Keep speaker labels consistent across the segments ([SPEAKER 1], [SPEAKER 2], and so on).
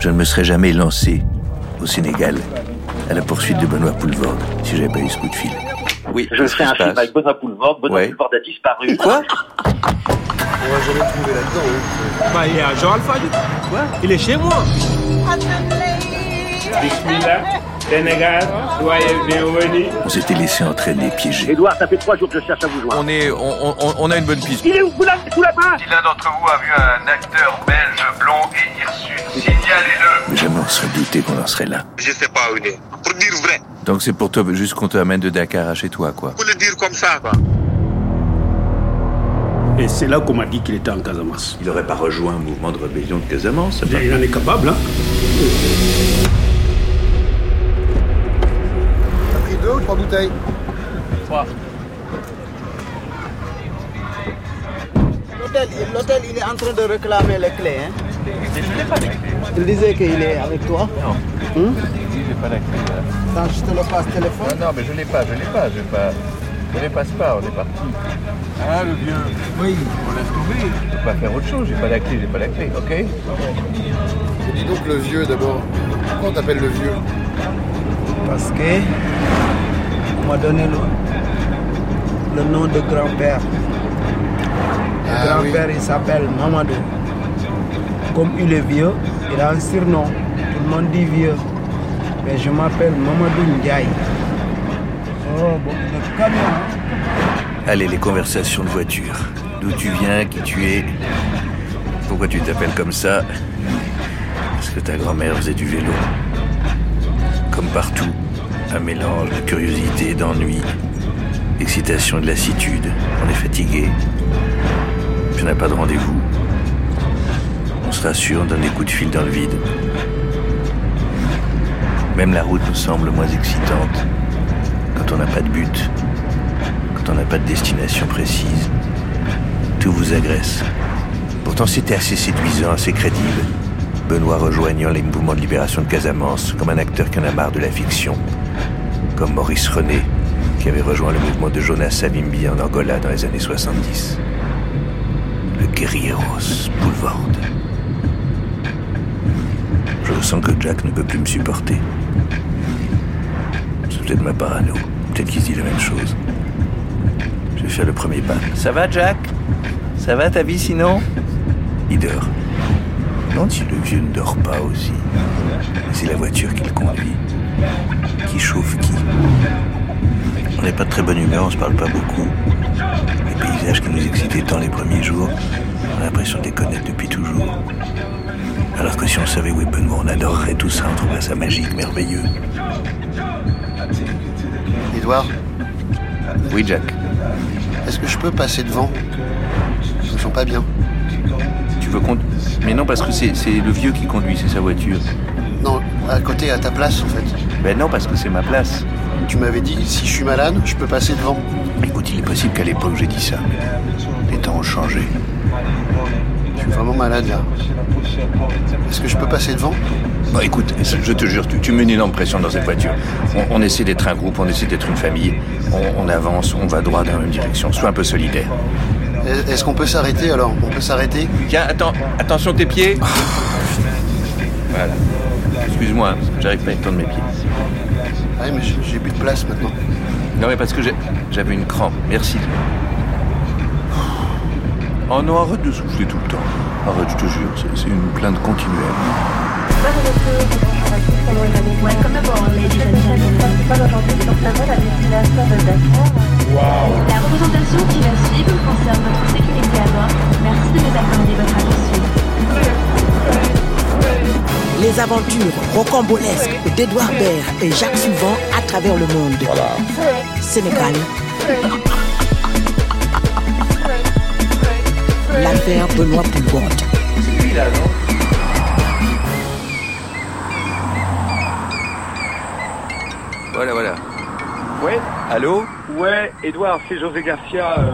[SPEAKER 1] je ne me serais jamais lancé au Sénégal à la poursuite de Benoît Poulvorde si j'avais pas eu ce coup de fil. Oui,
[SPEAKER 2] Je
[SPEAKER 1] qu'est-ce
[SPEAKER 2] fais
[SPEAKER 1] qui
[SPEAKER 2] un
[SPEAKER 1] se
[SPEAKER 2] film
[SPEAKER 1] passe
[SPEAKER 2] avec Benoît Poulvord. Benoît
[SPEAKER 1] Ouais.
[SPEAKER 2] Poulvord a disparu.
[SPEAKER 1] Quoi
[SPEAKER 3] Bah, il est à Jean Alpha, du coup. Il est chez moi.
[SPEAKER 4] Bismillah, Sénégal, soyez bienvenus.
[SPEAKER 1] On s'était laissé entraîner, piégé.
[SPEAKER 2] Édouard, ça fait trois jours que je cherche à vous joindre.
[SPEAKER 5] On est, on, on- on a une bonne piste.
[SPEAKER 2] Il est où Vous l'avez sous la main
[SPEAKER 6] Si l'un d'entre vous a vu un acteur belge blond et hirsute, signalez-le.
[SPEAKER 1] Mais jamais on se serait douté qu'on en serait là.
[SPEAKER 6] Je sais pas où il est. Pour dire vrai,
[SPEAKER 5] Donc c'est pour toi, juste qu'on te ramène de Dakar à chez toi, quoi.
[SPEAKER 6] pour le dire comme ça, quoi.
[SPEAKER 7] Et c'est là qu'on m'a dit qu'il était en Casamance.
[SPEAKER 1] Il n'aurait pas rejoint un mouvement de rébellion de Casamance, ça
[SPEAKER 7] Il en est capable, hein
[SPEAKER 8] L'hôtel, l'hôtel, il est en train de réclamer les clés. Hein. Il disait qu'il est avec toi. Non. Attends, je te le passe téléphone.
[SPEAKER 5] Non, mais je l'ai pas, je l'ai pas, je l'ai pas. Je les passe pas, on est parti. Ah, le vieux. Oui, on l'a trouvé. Je peux pas faire autre chose, j'ai pas la clé, j'ai pas la clé, ok
[SPEAKER 9] Dis donc le vieux d'abord. Pourquoi on t'appelle le vieux
[SPEAKER 8] Parce que on m'a donné le, le nom de grand-père. Le
[SPEAKER 9] Ah oui.
[SPEAKER 8] grand-père, il s'appelle Mamadou. Comme il est vieux, il a un surnom. Tout le monde dit vieux. Mais je m'appelle Mamadou Ndiaye. Oh, bon, le camion. hein.
[SPEAKER 1] Allez, les conversations de voiture. D'où tu viens, qui tu es, pourquoi tu t'appelles comme ça, parce que ta grand-mère faisait du vélo. Comme partout, un mélange de curiosité, d'ennui, d'excitation, de lassitude. On est fatigué. Puis on n'a pas de rendez-vous. On se rassure, on donne des coups de fil dans le vide. Même la route nous semble moins excitante quand on n'a pas de but quand on n'a pas de destination précise. Tout vous agresse. Pourtant, c'était assez séduisant, assez crédible. Benoît rejoignant les mouvements de libération de Casamance comme un acteur qui en a marre de la fiction. Comme Maurice René, qui avait rejoint le mouvement de Jonas Savimbi en Angola dans les années 70. Le guerrieros boulevard. Je sens que Jack ne peut plus me supporter. C'est peut-être ma parano. Peut-être qu'il se dit la même chose. Je vais faire le premier pas. Ça va, Jack Ça va ta vie sinon Il dort. Demande si le vieux ne dort pas aussi. C'est la voiture qu'il conduit. Qui chauffe qui On n'est pas de très bonne humeur, on se parle pas beaucoup. Les paysages qui nous excitaient tant les premiers jours, on a l'impression de les connaître depuis toujours. Alors que si on savait où est Benoît, on adorerait tout ça, on trouverait ça magique, merveilleux.
[SPEAKER 9] Édouard,
[SPEAKER 1] Oui, Jack,
[SPEAKER 9] est-ce que je peux passer devant Je me sens pas bien.
[SPEAKER 1] tu veux conduire Mais non, parce que c'est c'est le vieux qui conduit, c'est sa voiture.
[SPEAKER 9] Non, à côté, à ta place en fait.
[SPEAKER 1] Ben non, parce que c'est ma place.
[SPEAKER 9] Tu m'avais dit, si je suis malade, je peux passer devant.
[SPEAKER 1] Écoute, il est possible qu'à l'époque j'ai dit ça. Les temps ont changé.
[SPEAKER 9] Je suis vraiment malade là. Est-ce que je peux passer devant
[SPEAKER 1] Bon, Bah, écoute, je te jure, tu, tu mets une énorme pression dans cette voiture. On, on essaie d'être un groupe, on essaie d'être une famille. On, on avance, on va droit dans la même direction. Sois un peu solidaire.
[SPEAKER 9] Est- Est-ce qu'on peut s'arrêter alors On peut s'arrêter
[SPEAKER 5] Tiens, attends, attention tes pieds. voilà.
[SPEAKER 1] Excuse-moi, hein, j'arrive pas à étendre mes pieds.
[SPEAKER 9] Ah Ouais, mais j'ai j'ai plus de place maintenant.
[SPEAKER 1] Non, mais parce que j'ai- j'avais une crampe. Merci. Oh non, arrête de souffler tout le temps. Arrête, je te jure, c'est- c'est une plainte continuelle.
[SPEAKER 10] Welcome aboard, ladies and gentlemen. La représentation qui va suivre concerne votre sécurité à bord. Merci de nous accorder votre attention.
[SPEAKER 8] Les aventures rocambolesques d'Edouard Baird et Jacques Souvent à travers le monde. Sénégal. L'affaire Benoît Poulvorde.
[SPEAKER 5] Voilà, voilà.
[SPEAKER 4] Ouais,
[SPEAKER 5] Allô
[SPEAKER 4] ouais, Edouard, c'est José Garcia. Euh,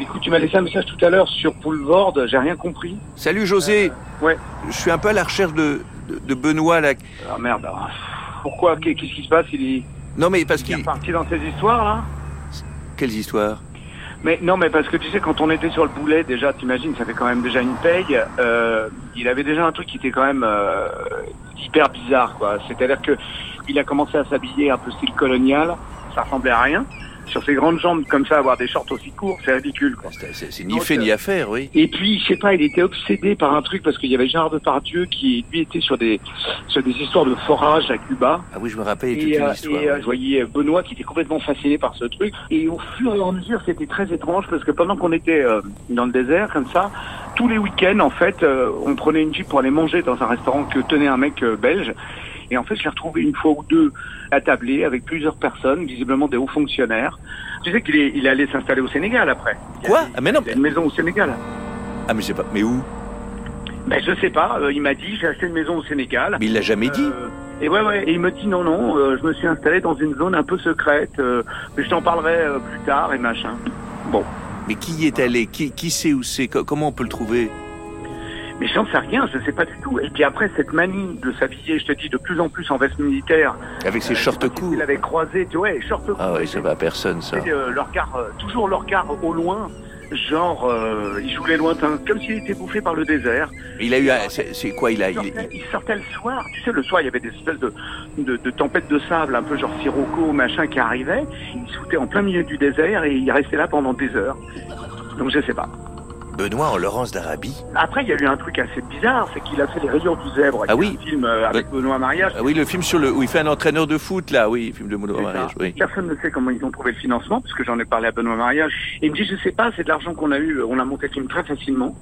[SPEAKER 4] écoute, tu m'as laissé un message tout à l'heure sur Boulevard, j'ai rien compris. Euh,
[SPEAKER 5] Salut José.
[SPEAKER 4] ouais.
[SPEAKER 5] Je suis un peu à la recherche de, de, de Benoît là.
[SPEAKER 4] Ah merde, alors, pourquoi Qu'est- Qu'est-ce qui se passe Il est,
[SPEAKER 5] Non mais parce
[SPEAKER 4] il est
[SPEAKER 5] qu'il.
[SPEAKER 4] parti dans ces histoires là
[SPEAKER 5] Quelles histoires
[SPEAKER 4] Mais non, mais parce que tu sais, quand on était sur le boulet, déjà, t'imagines, ça fait quand même déjà une paye. Euh, il avait déjà un truc qui était quand même euh, hyper bizarre, quoi. C'est-à-dire que il a commencé à s'habiller un peu style colonial. Ça ressemblait à rien. Sur ses grandes jambes, comme ça, avoir des shorts aussi courts, c'est ridicule, quoi.
[SPEAKER 1] C'est c'est ni fait ni à faire, oui.
[SPEAKER 4] Et puis, je sais pas, il était obsédé par un truc parce qu'il y avait Gérard Depardieu qui, lui, était sur des, sur des histoires de forage à Cuba.
[SPEAKER 1] Ah oui, je me rappelle toute
[SPEAKER 4] Et,
[SPEAKER 1] une
[SPEAKER 4] euh,
[SPEAKER 1] histoire.
[SPEAKER 4] et, euh, je voyais Benoît qui était complètement fasciné par ce truc. Et au fur et à mesure, c'était très étrange parce que pendant qu'on était euh, dans le désert, comme ça, tous les week-ends, en fait, euh, on prenait une jeep pour aller manger dans un restaurant que tenait un mec euh, belge. Et en fait, je l'ai retrouvé une fois ou deux attablé avec plusieurs personnes, visiblement des hauts fonctionnaires. Tu sais qu'il est, il est allé s'installer au Sénégal après.
[SPEAKER 1] Quoi Ah mais non.
[SPEAKER 4] Il a une maison au Sénégal.
[SPEAKER 1] Ah mais je sais pas. Mais où
[SPEAKER 4] Ben, je sais pas, euh, il m'a dit, j'ai acheté une maison au Sénégal.
[SPEAKER 1] Mais il l'a jamais dit.
[SPEAKER 4] Et ouais, ouais. Et il me dit non, non, euh, je me suis installé dans une zone un peu secrète, euh, mais je t'en parlerai euh, plus tard et machin. Bon.
[SPEAKER 1] Mais qui y est allé qui, qui sait où c'est Co- Comment on peut le trouver
[SPEAKER 4] Mais j'en sais rien, je sais pas du tout. Et puis après, cette manie de s'habiller, je te dis, de plus en plus en veste militaire,
[SPEAKER 1] Avec ses shorts courts.
[SPEAKER 4] il avait croisé, tu vois, et short court,
[SPEAKER 1] Ah oui, ça va à personne ça.
[SPEAKER 4] et, euh, le regard, euh, toujours le regard au loin, genre, euh, il joue les lointains, comme s'il était bouffé par le désert.
[SPEAKER 1] Il a eu. un- C'est c'est quoi il a
[SPEAKER 4] Il
[SPEAKER 1] il-
[SPEAKER 4] sortait, il sortait le soir, tu sais, le soir, il y avait des espèces de, de, de tempêtes de sable, un peu genre Sirocco, machin, qui arrivaient. Il se foutait en plein milieu du désert et il restait là pendant des heures. Donc je sais pas.
[SPEAKER 1] Benoît en Laurence d'Arabie
[SPEAKER 4] Après, il y a eu un truc assez bizarre, c'est qu'il a fait Les Rayures du Zèbre,
[SPEAKER 1] Ah
[SPEAKER 4] qui est
[SPEAKER 1] oui.
[SPEAKER 4] un film euh, avec Benoît Mariage.
[SPEAKER 1] Ah oui, le film sur le où il fait un entraîneur de foot là, oui, film de Moulin Mariage, oui.
[SPEAKER 4] Personne ne sait comment ils ont trouvé le financement, parce que j'en ai parlé à Benoît Mariage. Il me dit, je sais pas, c'est de l'argent qu'on a eu, on a monté le film très facilement,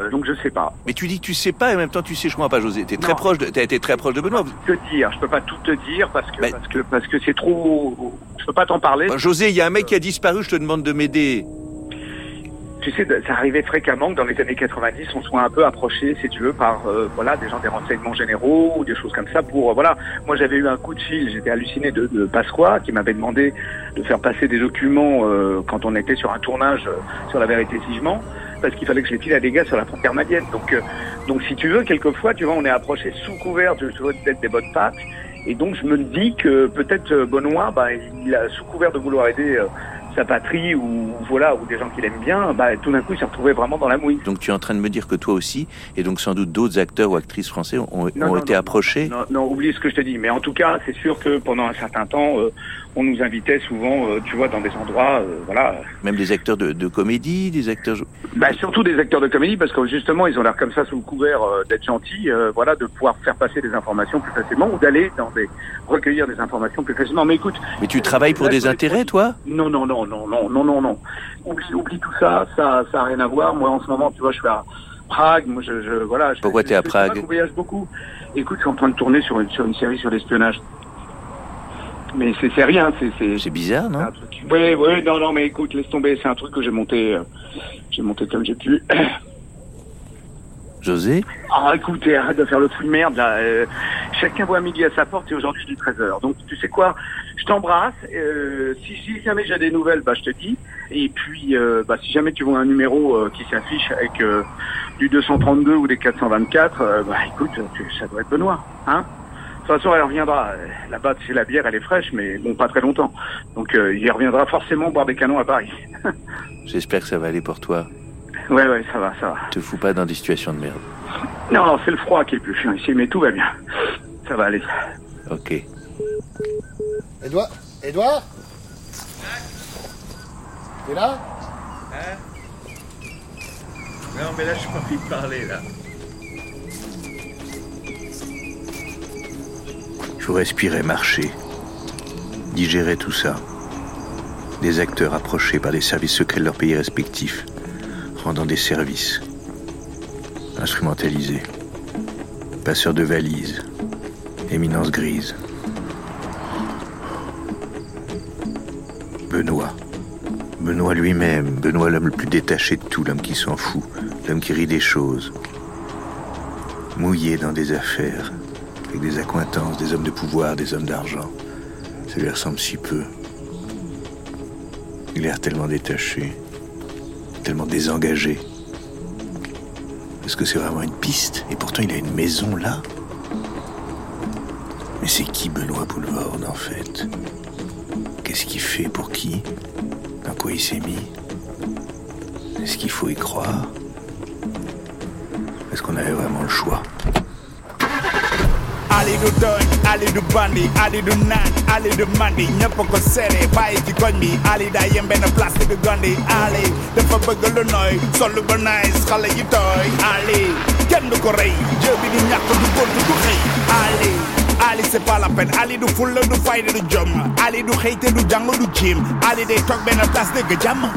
[SPEAKER 4] Euh, donc je sais pas.
[SPEAKER 1] Mais tu dis que tu sais pas et en même temps tu sais je crois pas José. T'es très
[SPEAKER 4] Non.
[SPEAKER 1] proche de t'as été très proche de Benoît.
[SPEAKER 4] Que dire Je peux pas tout te dire parce que
[SPEAKER 1] Ben-
[SPEAKER 4] parce que parce que c'est trop. Je peux pas t'en parler.
[SPEAKER 1] Bah, José, il y a un mec qui a disparu, je te demande de m'aider.
[SPEAKER 4] Tu sais, ça arrivait fréquemment que dans les années 90, on soit un peu approché, si tu veux, par euh, voilà des gens des renseignements généraux ou des choses comme ça. Pour euh, voilà, moi j'avais eu un coup de fil, j'étais halluciné de, de Pasqua qui m'avait demandé de faire passer des documents euh, quand on était sur un tournage euh, sur la vérité si je mens, parce qu'il fallait que je les file à des gars sur la frontière malienne. Donc euh, donc si tu veux, quelquefois, tu vois, on est approché sous couvert, tu vois, peut-être des bonnes pattes. Et donc je me dis que peut-être euh, Benoît, bah, il a sous couvert de vouloir aider. euh, sa patrie ou voilà ou des gens qu'il aime bien, bah, tout d'un coup il s'est retrouvé vraiment dans la mouille.
[SPEAKER 1] Donc tu es en train de me dire que toi aussi et donc sans doute d'autres acteurs ou actrices français ont, ont
[SPEAKER 4] Non, non,
[SPEAKER 1] été
[SPEAKER 4] non,
[SPEAKER 1] approchés.
[SPEAKER 4] Non, non, oublie ce que je te dis. Mais en tout cas, c'est sûr que pendant un certain temps, euh, on nous invitait souvent, euh, tu vois, dans des endroits, euh, voilà.
[SPEAKER 1] Même des acteurs de, de comédie, des acteurs.
[SPEAKER 4] Bah, surtout des acteurs de comédie, parce que justement, ils ont l'air comme ça sous le couvert euh, d'être gentils, euh, voilà, de pouvoir faire passer des informations plus facilement ou d'aller dans des recueillir des informations plus facilement. Mais écoute,
[SPEAKER 1] Mais tu travailles pour
[SPEAKER 4] Là,
[SPEAKER 1] des
[SPEAKER 4] sur les
[SPEAKER 1] intérêts, toi
[SPEAKER 4] Non, non, non, non, non, non, non, non. Oublie, oublie tout ça, ça, ça a rien à voir. Moi, en ce moment, tu vois, je suis à Prague. Moi, je, je voilà. Je,
[SPEAKER 1] Pourquoi
[SPEAKER 4] je-
[SPEAKER 1] t'es à
[SPEAKER 4] je- je- je-
[SPEAKER 1] Prague
[SPEAKER 4] On voyage beaucoup. Écoute, je suis en train de tourner sur une, sur une série sur l'espionnage. Mais c'est c'est rien, c'est c'est.
[SPEAKER 1] C'est bizarre, non
[SPEAKER 4] Oui, oui, non, non, mais écoute, laisse tomber. C'est un truc que j'ai monté, euh, j'ai monté comme j'ai pu.
[SPEAKER 1] José
[SPEAKER 4] Ah, écoute, et arrête de faire le fou de merde, là. Euh, chacun voit midi à sa porte et aujourd'hui, je dis 13h. Donc, tu sais quoi Je t'embrasse. Euh, si, si jamais j'ai des nouvelles, bah, je te dis. Et puis, euh, bah, si jamais tu vois un numéro euh, qui s'affiche avec euh, du 232 ou des 424, euh, bah, écoute, tu- ça doit être Benoît, hein de toute façon, elle reviendra. Euh, Là-bas, tu sais, la bière, elle est fraîche, mais bon, pas très longtemps. Donc, euh, il reviendra forcément boire des canons à Paris.
[SPEAKER 1] J'espère que ça va aller pour toi.
[SPEAKER 4] Ouais, ouais, ça va, ça va.
[SPEAKER 1] Te fous pas dans des situations de merde.
[SPEAKER 4] Non, non, c'est le froid qui est le plus chiant ici, mais tout va bien. Ça va aller.
[SPEAKER 1] Ok.
[SPEAKER 9] Edouard Edouard T'es là
[SPEAKER 5] Non, mais là, je suis pas envie de parler, là.
[SPEAKER 1] Il faut respirer, marcher, digérer tout ça. Des acteurs approchés par des services secrets de leurs pays respectifs, rendant des services, instrumentalisés, passeurs de valises, éminence grise. Benoît. Benoît lui-même, Benoît l'homme le plus détaché de tout, l'homme qui s'en fout, l'homme qui rit des choses, mouillé dans des affaires, avec des accointances, des hommes de pouvoir, des hommes d'argent. Ça lui ressemble si peu. Il a l'air tellement détaché, tellement désengagé. Est-ce que c'est vraiment une piste Et pourtant, il a une maison là. Mais c'est qui Benoît Boulevard en fait Qu'est-ce qu'il fait pour qui Dans quoi il s'est mis Est-ce qu'il faut y croire Est-ce qu'on avait vraiment le choix
[SPEAKER 11] Allez de doy, allez de bandi, allez de nan, allez de mandi ñëpp ko seere bàyyi ci koñ bi allez daa yem benn place di gondi allez dafa bëgg lu nooy sol ba nice xale yi tooy allez kenn du ko rey jeu bi du ñàkk du gont du xëy allez Ali c'est pas la peine, Ali du fulla du fayda du jom Ali du xëyte du jàng du jiim Ali day toog benn place dëgg jàmm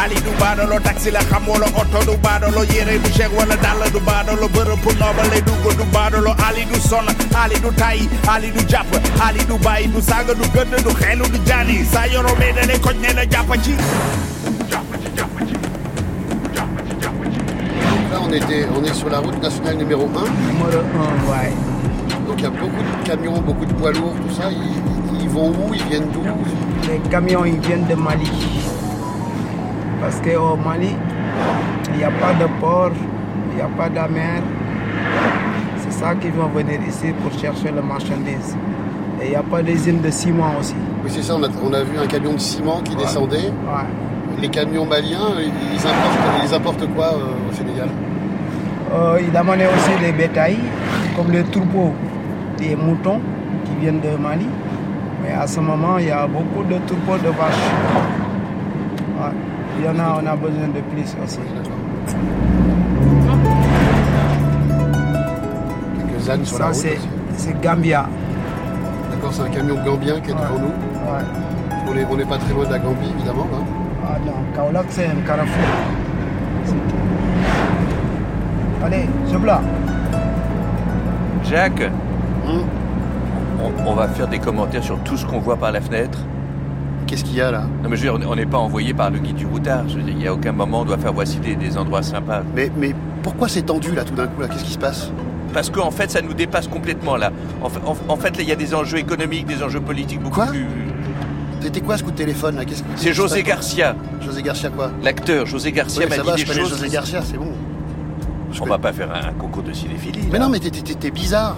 [SPEAKER 11] Ali du baadolo taxi la xam wala oto du baadolo yére du chèque wala dàll du baadolo bërëb bu noobale du ko du baadolo Ali du sonn Ali du tay Ali du jàpp Ali du bàyyi du saaga du gëdd du xeelu du jaani saa yoromee da lay koj ne la jàpp ci
[SPEAKER 9] Là, on, était, on est sur la route nationale numéro 1.
[SPEAKER 8] Numéro 1, ouais.
[SPEAKER 9] Donc il y a beaucoup de camions, beaucoup de poids lourds, tout ça. Ils, ils- ils vont où Ils viennent d'où
[SPEAKER 8] Les camions, ils viennent de Mali. Parce qu'au Mali, il n'y a pas de port, il n'y a pas de mer. C'est ça qu'ils vont venir ici pour chercher les marchandises. Et il n'y a pas d'usine de ciment aussi.
[SPEAKER 9] Oui, c'est ça, on a, on a vu un camion de ciment qui descendait. Les camions maliens, ils ils importent, ils importent quoi euh, au Sénégal
[SPEAKER 8] Euh, il amenait aussi des bétails, comme les troupeaux des moutons qui viennent de Mali. Mais à ce moment, il y a beaucoup de troupeaux de vaches. Ouais. Il y en a, on a besoin de plus aussi.
[SPEAKER 9] Quelques ânes sur
[SPEAKER 8] Ça,
[SPEAKER 9] la route
[SPEAKER 8] c'est
[SPEAKER 9] aussi.
[SPEAKER 8] c'est Gambia.
[SPEAKER 9] D'accord, c'est un camion gambien qui est devant nous. On est- On n'est pas très loin de la Gambie, évidemment. hein.
[SPEAKER 8] Ah non, Kaolack, c'est un carrefour. C'est tout. Allez, je blague.
[SPEAKER 1] Jack
[SPEAKER 9] Hmm?
[SPEAKER 1] on, on va faire des commentaires sur tout ce qu'on voit par la fenêtre.
[SPEAKER 9] Qu'est-ce qu'il y a là
[SPEAKER 1] Non mais je veux dire, on on n'est pas envoyé par le guide du routard. Je veux dire, il n'y a aucun moment on doit faire voici des, des endroits sympas.
[SPEAKER 9] Mais, mais pourquoi c'est tendu là tout d'un coup là Qu'est-ce qui se passe
[SPEAKER 1] Parce qu'en fait, ça nous dépasse complètement là. En, fa- en- en fait, là, il y a des enjeux économiques, des enjeux politiques beaucoup plus.
[SPEAKER 9] C'était quoi ce coup de téléphone là Qu'est-ce que-
[SPEAKER 1] C'est José Garcia,
[SPEAKER 9] José Garcia quoi
[SPEAKER 1] l'acteur. José Garcia
[SPEAKER 9] Oui,
[SPEAKER 1] m'a
[SPEAKER 9] ça
[SPEAKER 1] dit
[SPEAKER 9] va,
[SPEAKER 1] des
[SPEAKER 9] je connais
[SPEAKER 1] choses.
[SPEAKER 9] José Garcia, c'est bon.
[SPEAKER 1] On va pas faire un, un concours de cinéphilie.
[SPEAKER 9] Mais
[SPEAKER 1] là.
[SPEAKER 9] non, mais t'es- t'es t'es bizarre.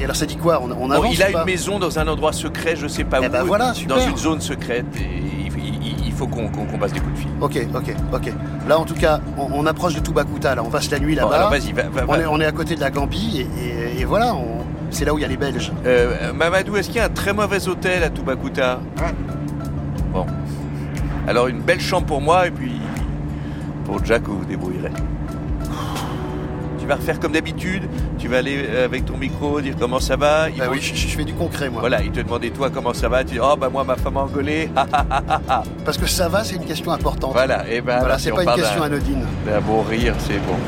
[SPEAKER 9] Et alors ça dit quoi On, on
[SPEAKER 1] Bon,
[SPEAKER 9] avance
[SPEAKER 1] il a
[SPEAKER 9] ou pas
[SPEAKER 1] une maison dans un endroit secret, je sais pas où.
[SPEAKER 9] ben voilà, super.
[SPEAKER 1] Dans une zone secrète. Et il, il- il faut qu'on qu'on- qu'on passe des coups de fil.
[SPEAKER 9] Ok, ok, ok. Là, en tout cas, on, on approche de Toubacouta. Là, on passe la nuit
[SPEAKER 1] Bon,
[SPEAKER 9] là-bas.
[SPEAKER 1] alors vas-y, va- va-
[SPEAKER 9] ben on,
[SPEAKER 1] va.
[SPEAKER 9] est, on est à côté de la Gambie et, et- et voilà, on- c'est là où il y a les Belges.
[SPEAKER 1] Euh, Mamadou, est-ce qu'il y a un très mauvais hôtel à Toubacouta Bon. Alors une belle chambre pour moi et puis pour Jack, vous vous débrouillerez. Tu vas refaire comme d'habitude, tu vas aller euh, avec ton micro, dire comment ça va.
[SPEAKER 9] Bah oui, je, je fais du concret moi.
[SPEAKER 1] Voilà, il te demandait toi comment ça va, tu dis oh bah moi ma femme a engueulé, ah ah ah ah ah.
[SPEAKER 9] Parce que ça va, c'est une question importante.
[SPEAKER 1] Voilà, et ben
[SPEAKER 9] Voilà,
[SPEAKER 1] si
[SPEAKER 9] c'est
[SPEAKER 1] on
[SPEAKER 9] pas une
[SPEAKER 1] parle
[SPEAKER 9] question
[SPEAKER 1] d'un-
[SPEAKER 9] anodine.
[SPEAKER 1] d'un bon rire, c'est bon.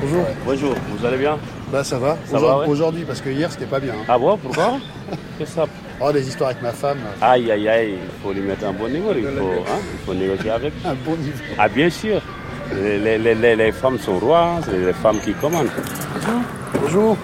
[SPEAKER 9] Bonjour.
[SPEAKER 12] Bonjour, vous allez bien
[SPEAKER 9] Bah ça va.
[SPEAKER 12] Ça
[SPEAKER 9] Aujourd'hui-
[SPEAKER 12] va, ouais.
[SPEAKER 9] Aujourd'hui, parce que hier c'était pas bien. hein.
[SPEAKER 12] Ah bon, pourquoi Qu'est-ce que ça
[SPEAKER 9] Oh, des histoires avec ma femme.
[SPEAKER 12] Aïe, aïe, aïe, il faut lui mettre un bon niveau, il faut, hein, il faut négocier avec.
[SPEAKER 9] Un bon niveau.
[SPEAKER 12] Ah bien sûr, les, les- les- les- les femmes sont rois, c'est les femmes qui commandent.
[SPEAKER 9] Bonjour.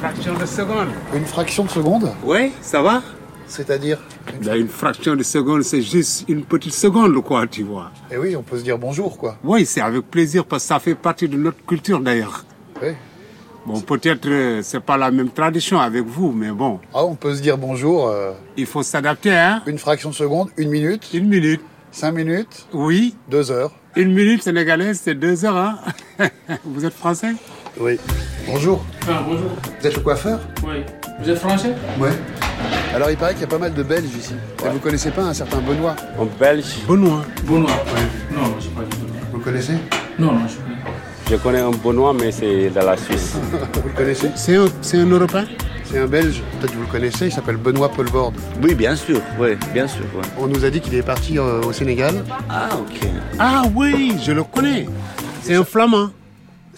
[SPEAKER 3] Fraction de seconde.
[SPEAKER 9] Une fraction de seconde
[SPEAKER 3] Oui, ça va
[SPEAKER 9] C'est-à-dire
[SPEAKER 3] Là, Une fraction de seconde, c'est juste une petite seconde, quoi, tu vois.
[SPEAKER 9] Eh oui, on peut se dire bonjour quoi.
[SPEAKER 3] Oui, c'est avec plaisir parce que ça fait partie de notre culture d'ailleurs.
[SPEAKER 9] Oui.
[SPEAKER 3] Bon, peut-être euh, c'est pas la même tradition avec vous, mais bon,
[SPEAKER 9] Ah, on peut se dire bonjour. euh,
[SPEAKER 3] il faut s'adapter, hein.
[SPEAKER 9] Une fraction de seconde, une minute.
[SPEAKER 3] Une minute.
[SPEAKER 9] Cinq minutes.
[SPEAKER 3] Oui.
[SPEAKER 9] Deux heures.
[SPEAKER 3] Une minute sénégalaise, c'est deux heures, hein. vous êtes français
[SPEAKER 9] Oui. Bonjour.
[SPEAKER 13] bonjour.
[SPEAKER 9] Vous êtes le coiffeur
[SPEAKER 13] Oui. Vous êtes français
[SPEAKER 9] Ouais. Alors il paraît qu'il y a pas mal de Belges ici. Et vous connaissez pas un certain Benoît
[SPEAKER 12] En Belge,
[SPEAKER 3] Benoît.
[SPEAKER 13] Benoît. Non, je sais pas du tout.
[SPEAKER 9] Vous le connaissez
[SPEAKER 13] Non, non, je
[SPEAKER 12] je connais un Benoît, mais c'est dans la Suisse.
[SPEAKER 9] Vous le connaissez
[SPEAKER 3] C'est un, Européen
[SPEAKER 9] C'est un Belge. Peut-être que vous le connaissez, il s'appelle Benoît Paulbord.
[SPEAKER 12] Oui, bien sûr, oui, bien sûr.
[SPEAKER 9] On nous a dit qu'il est parti euh, au Sénégal.
[SPEAKER 12] Ah, ok.
[SPEAKER 3] Ah oui, je le connais. C'est un flamand.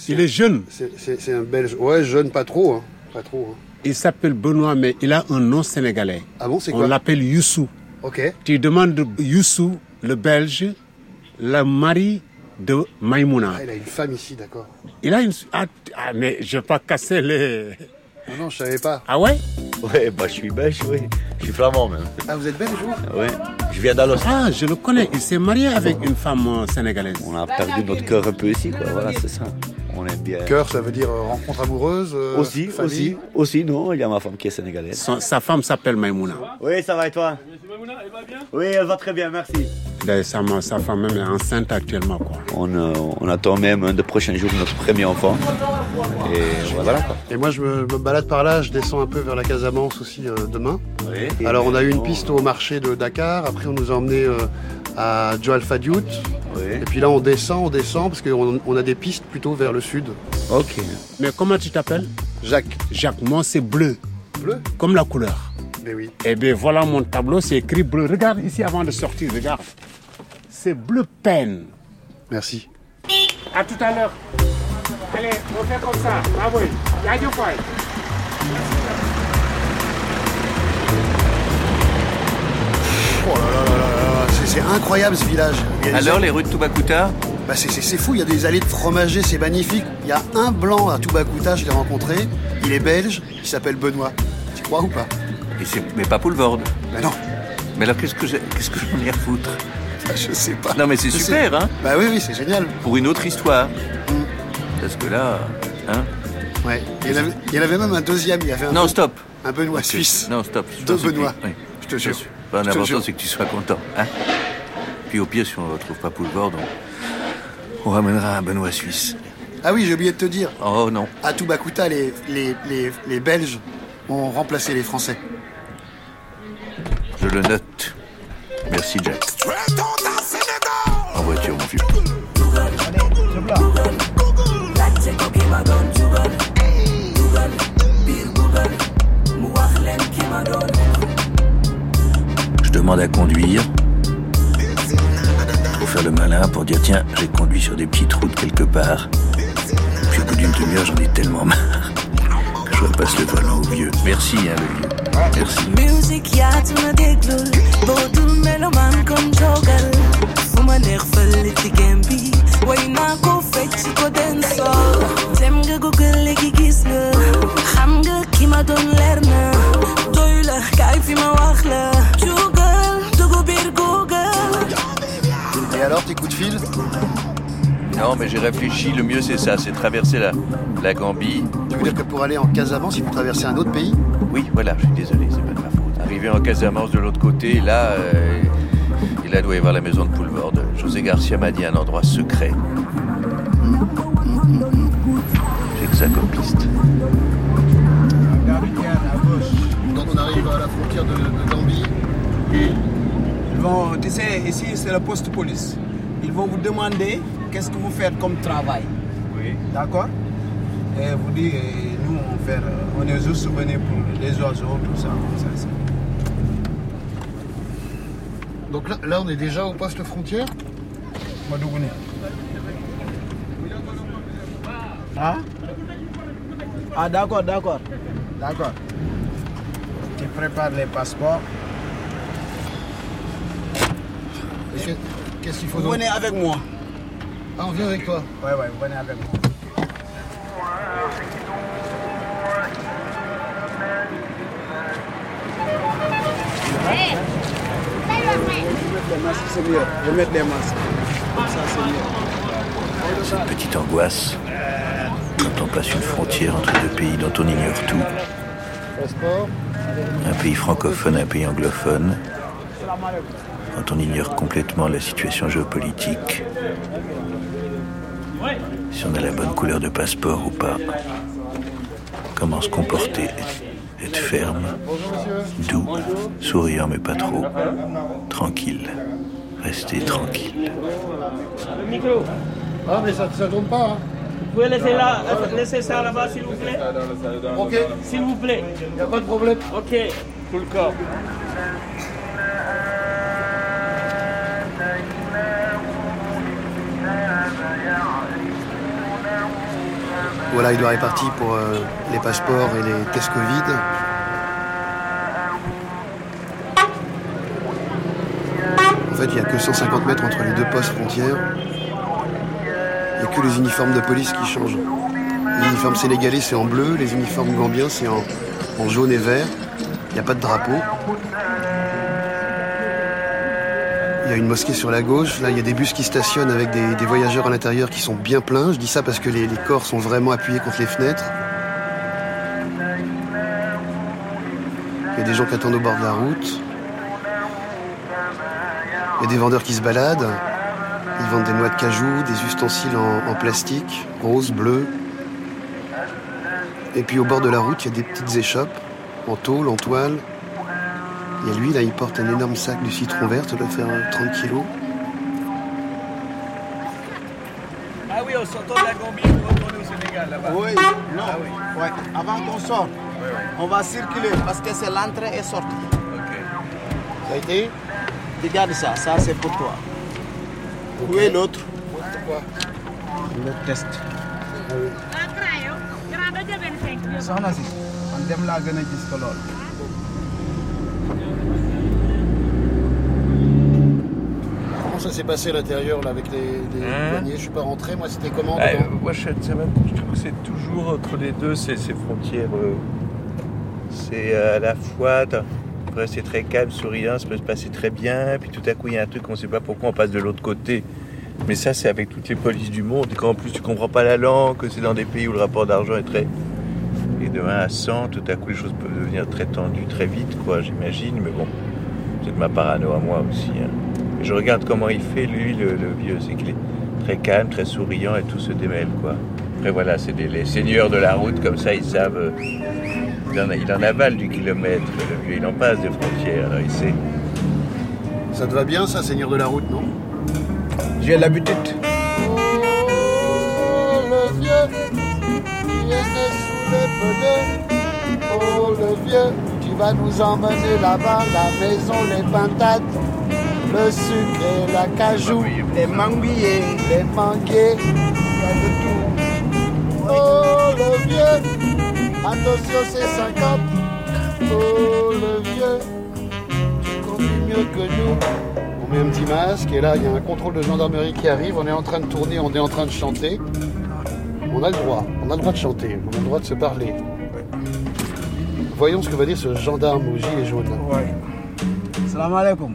[SPEAKER 3] Il est jeune.
[SPEAKER 9] C'est- C'est c'est un Belge. Ouais, jeune, pas trop. Hein. Pas trop. hein.
[SPEAKER 3] Il s'appelle Benoît, mais il a un nom sénégalais.
[SPEAKER 9] Ah bon, c'est
[SPEAKER 3] On
[SPEAKER 9] quoi
[SPEAKER 3] l'appelle Youssou.
[SPEAKER 9] Ok.
[SPEAKER 3] Tu demandes Youssou, le Belge, le mari de Maïmouna.
[SPEAKER 9] Ah, il a une femme ici, d'accord.
[SPEAKER 3] Il a une... Ah, t- ah, mais je vais pas casser les...
[SPEAKER 9] Non, non, je savais pas.
[SPEAKER 3] Ah ouais
[SPEAKER 14] Ouais, bah je suis belge, oui. Je suis flamand même.
[SPEAKER 9] Ah, vous êtes belge, vous
[SPEAKER 14] Ouais. Je viens d'Alos.
[SPEAKER 3] Ah, je le connais. Il s'est marié avec une femme euh, sénégalaise.
[SPEAKER 14] On a perdu notre cœur un peu ici, quoi. Voilà, c'est ça. on aime bien.
[SPEAKER 9] Cœur, ça veut dire euh, rencontre amoureuse euh,
[SPEAKER 14] Aussi,
[SPEAKER 9] famille.
[SPEAKER 14] aussi, aussi, non, il y a ma femme qui est sénégalaise.
[SPEAKER 3] sa femme s'appelle Maïmouna.
[SPEAKER 14] Oui, ça va et toi Oui, elle va très bien, merci.
[SPEAKER 3] D'ailleurs, Sa, ma- sa femme même est enceinte actuellement. Quoi.
[SPEAKER 14] On, euh, on attend même un des prochains jours notre premier enfant. Et voilà. quoi.
[SPEAKER 9] Et moi, je me, me balade par là, je descends un peu vers la Casamance aussi euh, demain.
[SPEAKER 14] Oui.
[SPEAKER 9] Alors, on a eu une piste au marché de Dakar, après, on nous a emmenés euh, à Joal Fadiout. Et puis là, on descend, on descend, parce qu'on on a des pistes plutôt vers le sud.
[SPEAKER 14] Ok.
[SPEAKER 3] Mais comment tu t'appelles
[SPEAKER 9] Jacques.
[SPEAKER 3] Jacques, moi c'est bleu.
[SPEAKER 9] Bleu
[SPEAKER 3] Comme la couleur.
[SPEAKER 9] Mais oui.
[SPEAKER 3] Eh bien voilà mon tableau, c'est écrit bleu. Regarde ici avant de sortir, regarde. C'est bleu peine.
[SPEAKER 9] Merci.
[SPEAKER 3] À tout à l'heure. Allez, on fait comme ça. Ah Bravo. Radio Point.
[SPEAKER 9] Oh là là là là là, c'est- c'est incroyable ce village. Il y a des
[SPEAKER 1] Alors,
[SPEAKER 9] gens-
[SPEAKER 1] les rues de Toubacouta
[SPEAKER 9] Bah, c'est- c'est c'est fou, il y a des allées de fromagers, c'est magnifique. Il y a un blanc à Toubacouta, je l'ai rencontré. Il est belge, il s'appelle Benoît. Tu crois ou pas
[SPEAKER 1] Et c'est- Mais pas Poulvorde.
[SPEAKER 9] Bah non.
[SPEAKER 1] Mais alors, qu'est-ce que j'ai- qu'est-ce que j'en ai à foutre
[SPEAKER 9] Je sais pas.
[SPEAKER 1] Non, mais c'est
[SPEAKER 9] Je
[SPEAKER 1] super,
[SPEAKER 9] sais.
[SPEAKER 1] hein
[SPEAKER 9] Bah oui, oui, c'est génial.
[SPEAKER 1] Pour une autre histoire. Parce que là, hein
[SPEAKER 9] Ouais. Il y en avait, il y en avait même un deuxième, il y avait un
[SPEAKER 1] Non,
[SPEAKER 9] Be-
[SPEAKER 1] stop.
[SPEAKER 9] Un Benoît suisse.
[SPEAKER 1] Non, stop. Je
[SPEAKER 9] Deux
[SPEAKER 1] t'en supplie.
[SPEAKER 9] Benoît.
[SPEAKER 1] Oui.
[SPEAKER 9] Je te
[SPEAKER 1] Je
[SPEAKER 9] jure.
[SPEAKER 1] t'en supplie. Enfin,
[SPEAKER 9] Je te
[SPEAKER 1] L'important,
[SPEAKER 9] jure.
[SPEAKER 1] c'est que tu sois content. hein. Puis au pire, si on ne retrouve pas Poulvorde, on... on ramènera un Benoît Suisse.
[SPEAKER 9] Ah oui, j'ai oublié de te dire,
[SPEAKER 1] Oh non.
[SPEAKER 9] à Toubacouta, les, les, les, les Belges ont remplacé les Français.
[SPEAKER 1] Je le note. Merci, Jack. En voiture, mon vieux. Je demande à conduire. Pour faire le malin, pour dire tiens, j'ai conduit sur des petites routes quelque part. Puis au bout d'une demi-heure, j'en ai tellement marre que je repasse le volant au vieux. Merci, hein, le vieux. Merci.
[SPEAKER 15] Music yatına deglul Doğdum meloman kon jogal Fuma nerfel iti gembi Wayna ko fetch ko denso Dem ga google legi gisne Ham ga kima don lerne Doyula kayfi ma wakhla Jugal dugu bir google
[SPEAKER 9] Et alors, tes coups de fil
[SPEAKER 1] Non, mais j'ai réfléchi. Le mieux, c'est ça c'est traverser la, la Gambie.
[SPEAKER 9] Tu veux dire que pour aller en Casamance, il faut traverser un autre pays
[SPEAKER 1] Oui, voilà, je suis désolé, c'est pas de ma faute. Arrivé en Casamance de l'autre côté, là, euh, et là doit y avoir la maison de Poulvorde. José Garcia m'a dit un endroit secret. J'ai que ça comme piste.
[SPEAKER 9] Donc on arrive à la frontière de, de Gambie.
[SPEAKER 8] Ils vont, tu sais, ici c'est le poste de police. Ils vont vous demander qu'est-ce que vous faites comme travail. Oui. D'accord Et vous dites, eh, nous on, fait, euh, on est juste venus pour les oiseaux, tout ça, comme ça. ça.
[SPEAKER 9] Donc là, là, on est déjà au poste frontière
[SPEAKER 8] Madougouné. Hein Ah d'accord, d'accord. D'accord. Tu prépares les passeports.
[SPEAKER 9] Et que- Qu'est-ce qu'il faut
[SPEAKER 8] Vous
[SPEAKER 9] donc
[SPEAKER 8] venez avec moi.
[SPEAKER 9] Ah, on vient avec toi
[SPEAKER 8] Ouais, ouais, vous venez avec moi. Vous mettez les masques, c'est mieux. Vous mettez les masques. Comme ça, c'est mieux.
[SPEAKER 1] C'est une petite angoisse. Quand on passe une frontière entre deux pays dont on ignore tout,
[SPEAKER 9] Passeport
[SPEAKER 1] un pays francophone, un pays anglophone, quand on ignore complètement la situation géopolitique, si on a la bonne couleur de passeport ou pas, comment se comporter, être ferme, doux, souriant mais pas trop, tranquille, rester tranquille.
[SPEAKER 16] Le micro.
[SPEAKER 9] Ah, mais ça ne tourne pas.
[SPEAKER 16] Vous pouvez laisser, là, laisser ça là-bas, s'il vous plaît
[SPEAKER 9] Ok.
[SPEAKER 16] S'il vous plaît.
[SPEAKER 9] Il n'y a pas de problème.
[SPEAKER 16] Ok. Tout le corps.
[SPEAKER 9] Voilà, il doit être parti pour euh, les passeports et les tests Covid. En fait, il n'y a que 150 mètres entre les deux postes frontières. Il n'y a que les uniformes de police qui changent. L'uniforme sénégalais, c'est en bleu. Les uniformes gambiens, c'est en, en jaune et vert. Il n'y a pas de drapeau. Il y a une mosquée sur la gauche. Là, il y a des bus qui stationnent avec des, des voyageurs à l'intérieur qui sont bien pleins. Je dis ça parce que les, les corps sont vraiment appuyés contre les fenêtres. Il y a des gens qui attendent au bord de la route. Il y a des vendeurs qui se baladent. Ils vendent des noix de cajou, des ustensiles en, en plastique, rose, bleu. Et puis au bord de la route, il y a des petites échoppes en tôle, en toile. Il y a lui, là, il porte un énorme sac de citron vert, ça doit faire euh, 30 kilos.
[SPEAKER 1] Ah oui, on s'entend de la Gambie pour retourner au Sénégal là-bas. Ah
[SPEAKER 8] Oui, non, ouais. avant qu'on sorte, on va circuler parce que c'est l'entrée et sortie. Ça a été Regarde ça, ça c'est pour toi. Où est l'autre
[SPEAKER 3] Le test.
[SPEAKER 8] soxna si man dem laa gën a gis ko lool.
[SPEAKER 9] Comment ça s'est passé à l'intérieur, là, avec les, les
[SPEAKER 1] Hein
[SPEAKER 9] douaniers Je suis pas rentré, moi, c'était comment
[SPEAKER 1] Ah,
[SPEAKER 9] dedans
[SPEAKER 1] euh, moi, je, c'est même- je trouve que c'est toujours entre les deux, ces, ces frontières. euh, c'est euh, à la fois, t'as- après, c'est très calme, souriant, ça peut se passer très bien, puis tout à coup, il y a un truc, on ne sait pas pourquoi, on passe de l'autre côté. Mais ça, c'est avec toutes les polices du monde. Et quand en plus, tu comprends pas la langue, que c'est dans des pays où le rapport d'argent est très. Et de 1 à 100, tout à coup, les choses peuvent devenir très tendues très vite, quoi, j'imagine. Mais bon, c'est de ma parano à moi aussi. hein. Et Je regarde comment il fait, lui, le, le vieux. C'est qu'il est très calme, très souriant et tout se démêle, quoi. Après, voilà, c'est des- les seigneurs de la route, comme ça, ils savent. euh, il, en, a- il en avale du kilomètre, le vieux, il en passe des frontières, alors il sait.
[SPEAKER 9] Ça te va bien, ça, Seigneur de la route, non
[SPEAKER 3] J'ai l'habitude.
[SPEAKER 9] Oh, le vieux, il était sous les pneus. Oh, le vieux, tu vas nous emmener là-bas, la maison, les pintades, le sucre et la cajou, les manguiers, les manguiers, il y a de tout. Oh, le vieux, attention, c'est 50. Oh, le vieux, tu conduis mieux que nous. On met un petit masque et là, il y a un contrôle de gendarmerie qui arrive. On est en train de tourner, on est en train de chanter. On a le droit, on a le droit de chanter, on a le droit de se parler. Voyons ce que va dire ce gendarme aux gilets jaunes.
[SPEAKER 3] Salam alaikum.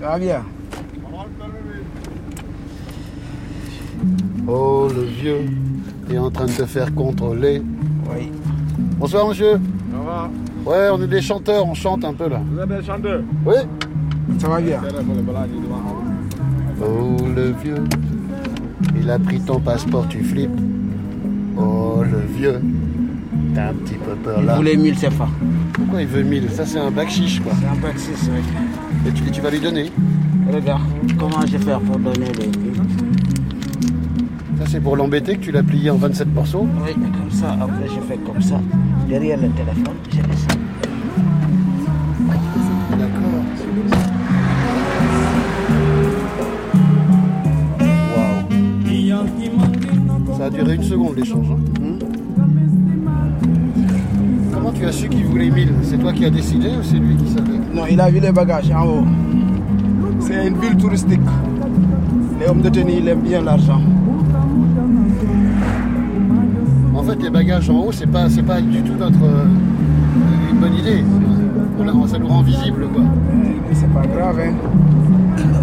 [SPEAKER 3] Ça va bien
[SPEAKER 9] Oh, le vieux est en train de se faire contrôler. Oui. Bonsoir, monsieur.
[SPEAKER 3] Ça va.
[SPEAKER 9] Ouais, on est des chanteurs, on chante un peu là.
[SPEAKER 3] Vous êtes chanteur
[SPEAKER 9] Oui.
[SPEAKER 3] Ça va bien.
[SPEAKER 9] Oh, le vieux, il a pris ton passeport, tu flippes. Oh, le vieux, t'as un petit peu peur
[SPEAKER 3] Il
[SPEAKER 9] là.
[SPEAKER 3] voulait 1000 CFA.
[SPEAKER 9] Pourquoi il veut 1000 Ça, c'est un bac chiche, quoi. C'est un bac chiche, oui. Et tu, et tu vas lui donner
[SPEAKER 3] Regarde, comment je vais faire pour donner les
[SPEAKER 9] Ça, c'est pour l'embêter que tu l'as plié en 27 morceaux
[SPEAKER 3] Oui, comme ça, après je fais comme ça. Derrière le téléphone, je laisse.
[SPEAKER 9] Ça a duré une seconde, l'échange. hein. Comment tu as su qu'il voulait 1000 C'est toi qui as décidé ou c'est lui qui savait
[SPEAKER 8] Non, il a vu les bagages en haut. C'est une ville touristique. Les hommes de tenue, ils aiment bien l'argent.
[SPEAKER 9] En fait, les bagages en haut, c'est pas, c'est pas du tout notre euh, une bonne idée. Voilà, ça nous rend visible, quoi.
[SPEAKER 8] Eh, C'est pas grave, hein.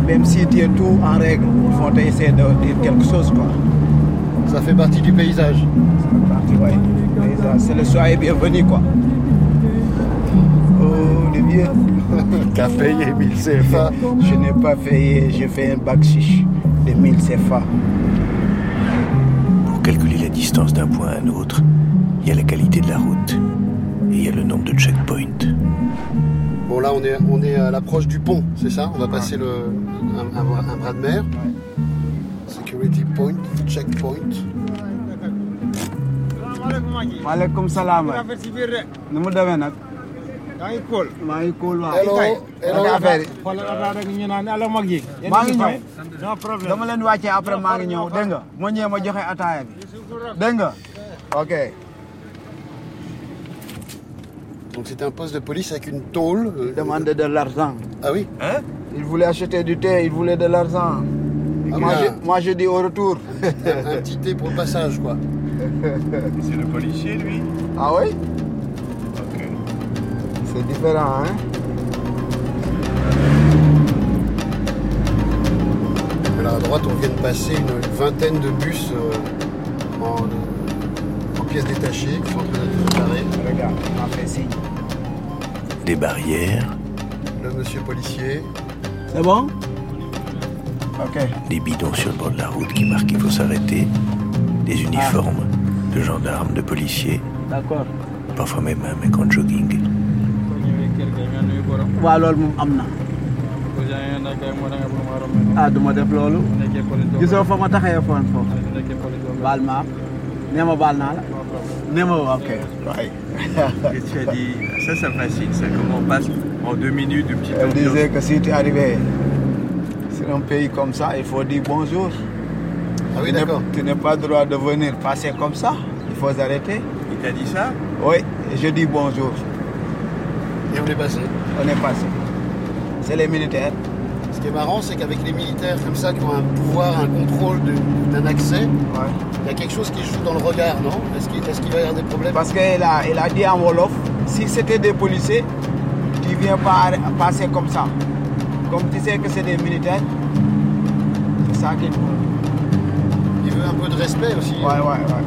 [SPEAKER 8] Même si tu es tout en règle, il faut essayer de dire quelque chose, quoi.
[SPEAKER 9] Ça fait partie du paysage.
[SPEAKER 8] Ça fait partie, ouais. du paysage. C'est le soir et bienvenue, quoi. Oh, le vieux.
[SPEAKER 9] T'as payé 1000 CFA.
[SPEAKER 8] Je n'ai pas payé, j'ai fait un bac chiche de 1000 CFA.
[SPEAKER 17] Pour calculer la distance d'un point à un autre, il y a la qualité de la route et il y a le nombre de checkpoints.
[SPEAKER 9] Bon, là, on est, on est à l'approche du pont, c'est ça On va passer le, un, un- un bras de mer. Security point, checkpoint.
[SPEAKER 3] Maaleykum salaam. nu mu demee nag. yaa ngi kóol. maa ngi kóol waaw.
[SPEAKER 8] Hello, hello.
[SPEAKER 3] affaire
[SPEAKER 8] Xoolal
[SPEAKER 3] affaire rek ñu naan
[SPEAKER 8] ala mag yi.
[SPEAKER 3] maa ngi ñëw.
[SPEAKER 8] No problem.
[SPEAKER 3] dama leen wàccee après maa ngi ñëw dégg nga. ma ñëwee ma joxe ataaya bi. dégg nga. ok.
[SPEAKER 9] Donc, c'était un poste de police avec une tôle. euh,
[SPEAKER 8] Demandait de l'argent.
[SPEAKER 9] Ah oui
[SPEAKER 1] Hein?
[SPEAKER 8] Il voulait acheter du thé, il voulait de l'argent.
[SPEAKER 9] Ah,
[SPEAKER 8] moi,
[SPEAKER 9] oui,
[SPEAKER 8] je,
[SPEAKER 9] là.
[SPEAKER 8] moi, je dis au retour.
[SPEAKER 9] un petit thé pour le passage, quoi.
[SPEAKER 1] C'est le policier, lui
[SPEAKER 8] Ah oui C'est différent, hein
[SPEAKER 9] à droite, on vient de passer une, une vingtaine de bus euh, en, en pièces détachées qui sont en train d'être préparés. Regarde, on fait signe.
[SPEAKER 1] Des barrières,
[SPEAKER 9] Le monsieur policier.
[SPEAKER 18] C'est bon Ok.
[SPEAKER 1] des bidons sur le bord de la route qui marquent qu'il faut s'arrêter, des uniformes de gendarmes, de policiers,
[SPEAKER 18] D'accord.
[SPEAKER 1] parfois même un mec en jogging.
[SPEAKER 18] waaw loolu moom am na. ah du ma def loolu. gisoo fa ma taxee foon foofu. baal ma am. nee ma baal naa la. nee ma waaw, ok.
[SPEAKER 5] Et tu as dit, ça, ça me fascine, ça, comment on passe en deux minutes de petite
[SPEAKER 8] Elle
[SPEAKER 5] ambiance.
[SPEAKER 8] disait que si tu arrivais sur un pays comme ça, il faut dire bonjour.
[SPEAKER 9] Ah oui,
[SPEAKER 8] Tu n'es-
[SPEAKER 9] d'accord.
[SPEAKER 8] Tu n'as pas le droit de venir passer comme ça. Il faut arrêter.
[SPEAKER 5] Il t'a dit ça
[SPEAKER 8] Oui, et je dis bonjour.
[SPEAKER 9] Et on est passé.
[SPEAKER 8] On est passé. C'est les militaires.
[SPEAKER 9] Ce qui est marrant, c'est qu'avec les militaires comme ça qui ont un pouvoir, un contrôle de- d'un accès, il y a quelque chose qui joue dans le regard, non Est-ce qu'il est-ce qu'il va y avoir des problèmes
[SPEAKER 8] Parce qu'elle a, elle a dit en Wolof, si c'était des policiers, tu viens pas arr- passer comme ça. Comme tu sais que c'est des militaires, c'est ça qu'il faut.
[SPEAKER 9] Il veut un peu de respect aussi.
[SPEAKER 8] Ouais, ouais,
[SPEAKER 18] Ah
[SPEAKER 8] ouais.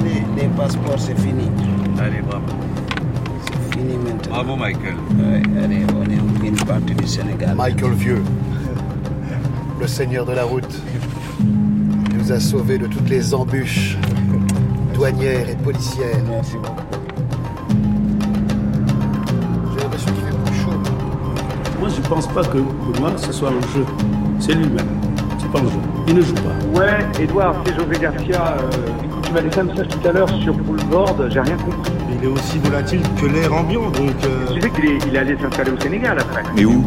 [SPEAKER 18] Allez, les passeports, c'est fini.
[SPEAKER 5] Allez, bravo.
[SPEAKER 18] C'est fini maintenant.
[SPEAKER 5] Bravo, Michael.
[SPEAKER 18] Ouais, allez, on est en pleine partie du Sénégal.
[SPEAKER 9] Michael Vieux, le seigneur de la route, qui nous a sauvés de toutes les embûches douanières et policières.
[SPEAKER 8] Merci beaucoup.
[SPEAKER 9] J'ai l'impression qu'il fait plus chaud.
[SPEAKER 7] Moi, je pense pas que pour moi, ce soit un jeu. C'est lui-même. C'est pas un jeu. Il ne joue pas.
[SPEAKER 2] Ouais, Edouard, c'est José Garcia. euh, tu m'as laissé un message tout à l'heure sur Boulevard, j'ai rien compris.
[SPEAKER 19] Il est aussi volatile que l'air ambiant, donc. euh,
[SPEAKER 2] Tu sais qu'il est, il est allé s'installer au Sénégal après.
[SPEAKER 14] Mais où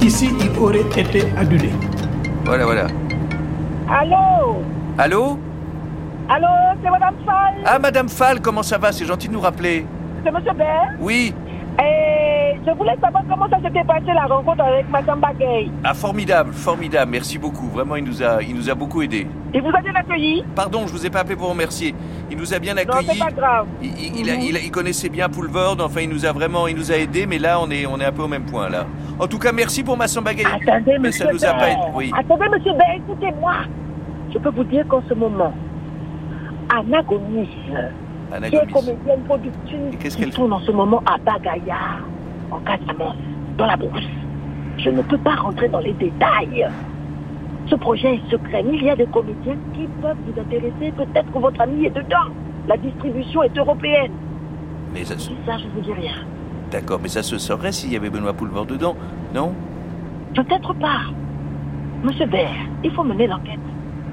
[SPEAKER 7] Ici, il aurait été adulé.
[SPEAKER 5] Voilà, voilà.
[SPEAKER 20] Allô
[SPEAKER 5] Allô
[SPEAKER 20] Allô, c'est Madame Fall
[SPEAKER 5] Ah, Madame Fall, comment ça va C'est gentil de nous rappeler.
[SPEAKER 20] C'est Monsieur Baird
[SPEAKER 5] Oui.
[SPEAKER 20] Et je voulais savoir comment ça s'était passé la rencontre avec Madame Bagay.
[SPEAKER 5] Ah, formidable, formidable. Merci beaucoup. Vraiment, il nous a, il nous a beaucoup aidés.
[SPEAKER 20] Il vous a bien accueilli
[SPEAKER 5] Pardon, je vous ai pas appelé pour vous remercier. Il nous a bien
[SPEAKER 20] Non,
[SPEAKER 5] accueillis.
[SPEAKER 20] c'est pas grave.
[SPEAKER 5] Il, il- il a- il a- il connaissait bien Poulvord, enfin il nous a vraiment, il nous a aidés, mais là on est, on est un peu au même point là. En tout cas, merci pour ma sambagaye.
[SPEAKER 20] Attendez,
[SPEAKER 5] mais
[SPEAKER 20] monsieur
[SPEAKER 5] ça nous a pas
[SPEAKER 20] Baird.
[SPEAKER 5] aidé. Oui.
[SPEAKER 20] Attendez, Ah, monsieur Baird, écoutez-moi. Je peux vous dire qu'en ce moment, Anagonis,
[SPEAKER 5] Anna
[SPEAKER 20] qui est
[SPEAKER 5] Gomis.
[SPEAKER 20] comédienne productrice,
[SPEAKER 5] qu'est-ce
[SPEAKER 20] qui
[SPEAKER 5] qu'elle-
[SPEAKER 20] tourne en ce moment à Bagaya, en Casamance, dans la brousse. Je ne peux pas rentrer dans les détails. Ce projet est secret, mais il y a des comédiens qui peuvent vous intéresser. Peut-être que votre ami est dedans. La distribution est européenne.
[SPEAKER 5] Mais ça se-
[SPEAKER 20] Ça, je vous dis rien.
[SPEAKER 5] D'accord, mais ça se saurait s'il y avait Benoît Poulvord dedans, non
[SPEAKER 20] Peut-être pas. Monsieur Baird, il faut mener l'enquête.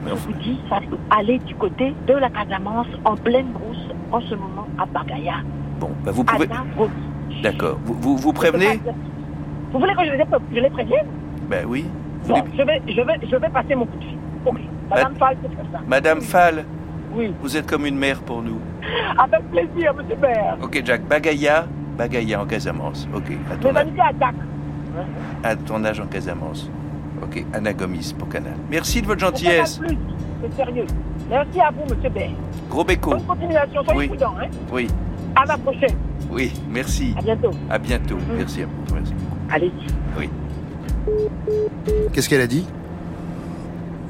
[SPEAKER 5] Mais
[SPEAKER 20] Je
[SPEAKER 5] enfin-
[SPEAKER 20] vous dis, ça peut aller du côté de la Casamance, en pleine brousse, en ce moment, à Bagaya.
[SPEAKER 5] Bon, bah, vous pouvez.
[SPEAKER 20] Anna Gomis.
[SPEAKER 5] D'accord. Vous, vous, vous prévenez
[SPEAKER 20] Vous voulez que je les, je les prévienne
[SPEAKER 5] Ben oui. Vous
[SPEAKER 20] Bon,
[SPEAKER 5] les- Ben-
[SPEAKER 20] je vais, je, vais, je vais passer mon coup de fil. Ok. Madame Fall, c'est comme ça.
[SPEAKER 5] Madame Fall.
[SPEAKER 20] Oui.
[SPEAKER 5] Vous êtes comme une mère pour nous.
[SPEAKER 20] Avec plaisir, monsieur Baird.
[SPEAKER 5] Ok, Jack. Bagaya, Bagaya en Casamance. Ok. À ton,
[SPEAKER 20] Mes
[SPEAKER 5] âge,
[SPEAKER 20] amis à Dakar.
[SPEAKER 5] à ton âge en Casamance. Ok. Anagomis pour Canal. Merci de votre
[SPEAKER 20] Vous faites
[SPEAKER 5] gentillesse.
[SPEAKER 20] pas plus. C'est sérieux. Merci à vous, monsieur Baird.
[SPEAKER 5] Gros béco.
[SPEAKER 20] Bonne continuation. Soyez
[SPEAKER 5] Oui.
[SPEAKER 20] prudents. Hein.
[SPEAKER 5] Oui.
[SPEAKER 20] À la prochaine.
[SPEAKER 5] Oui, merci.
[SPEAKER 20] À bientôt.
[SPEAKER 5] À bientôt. Merci à vous. Merci.
[SPEAKER 20] Allez-y.
[SPEAKER 5] Oui.
[SPEAKER 9] Qu'est-ce qu'elle a dit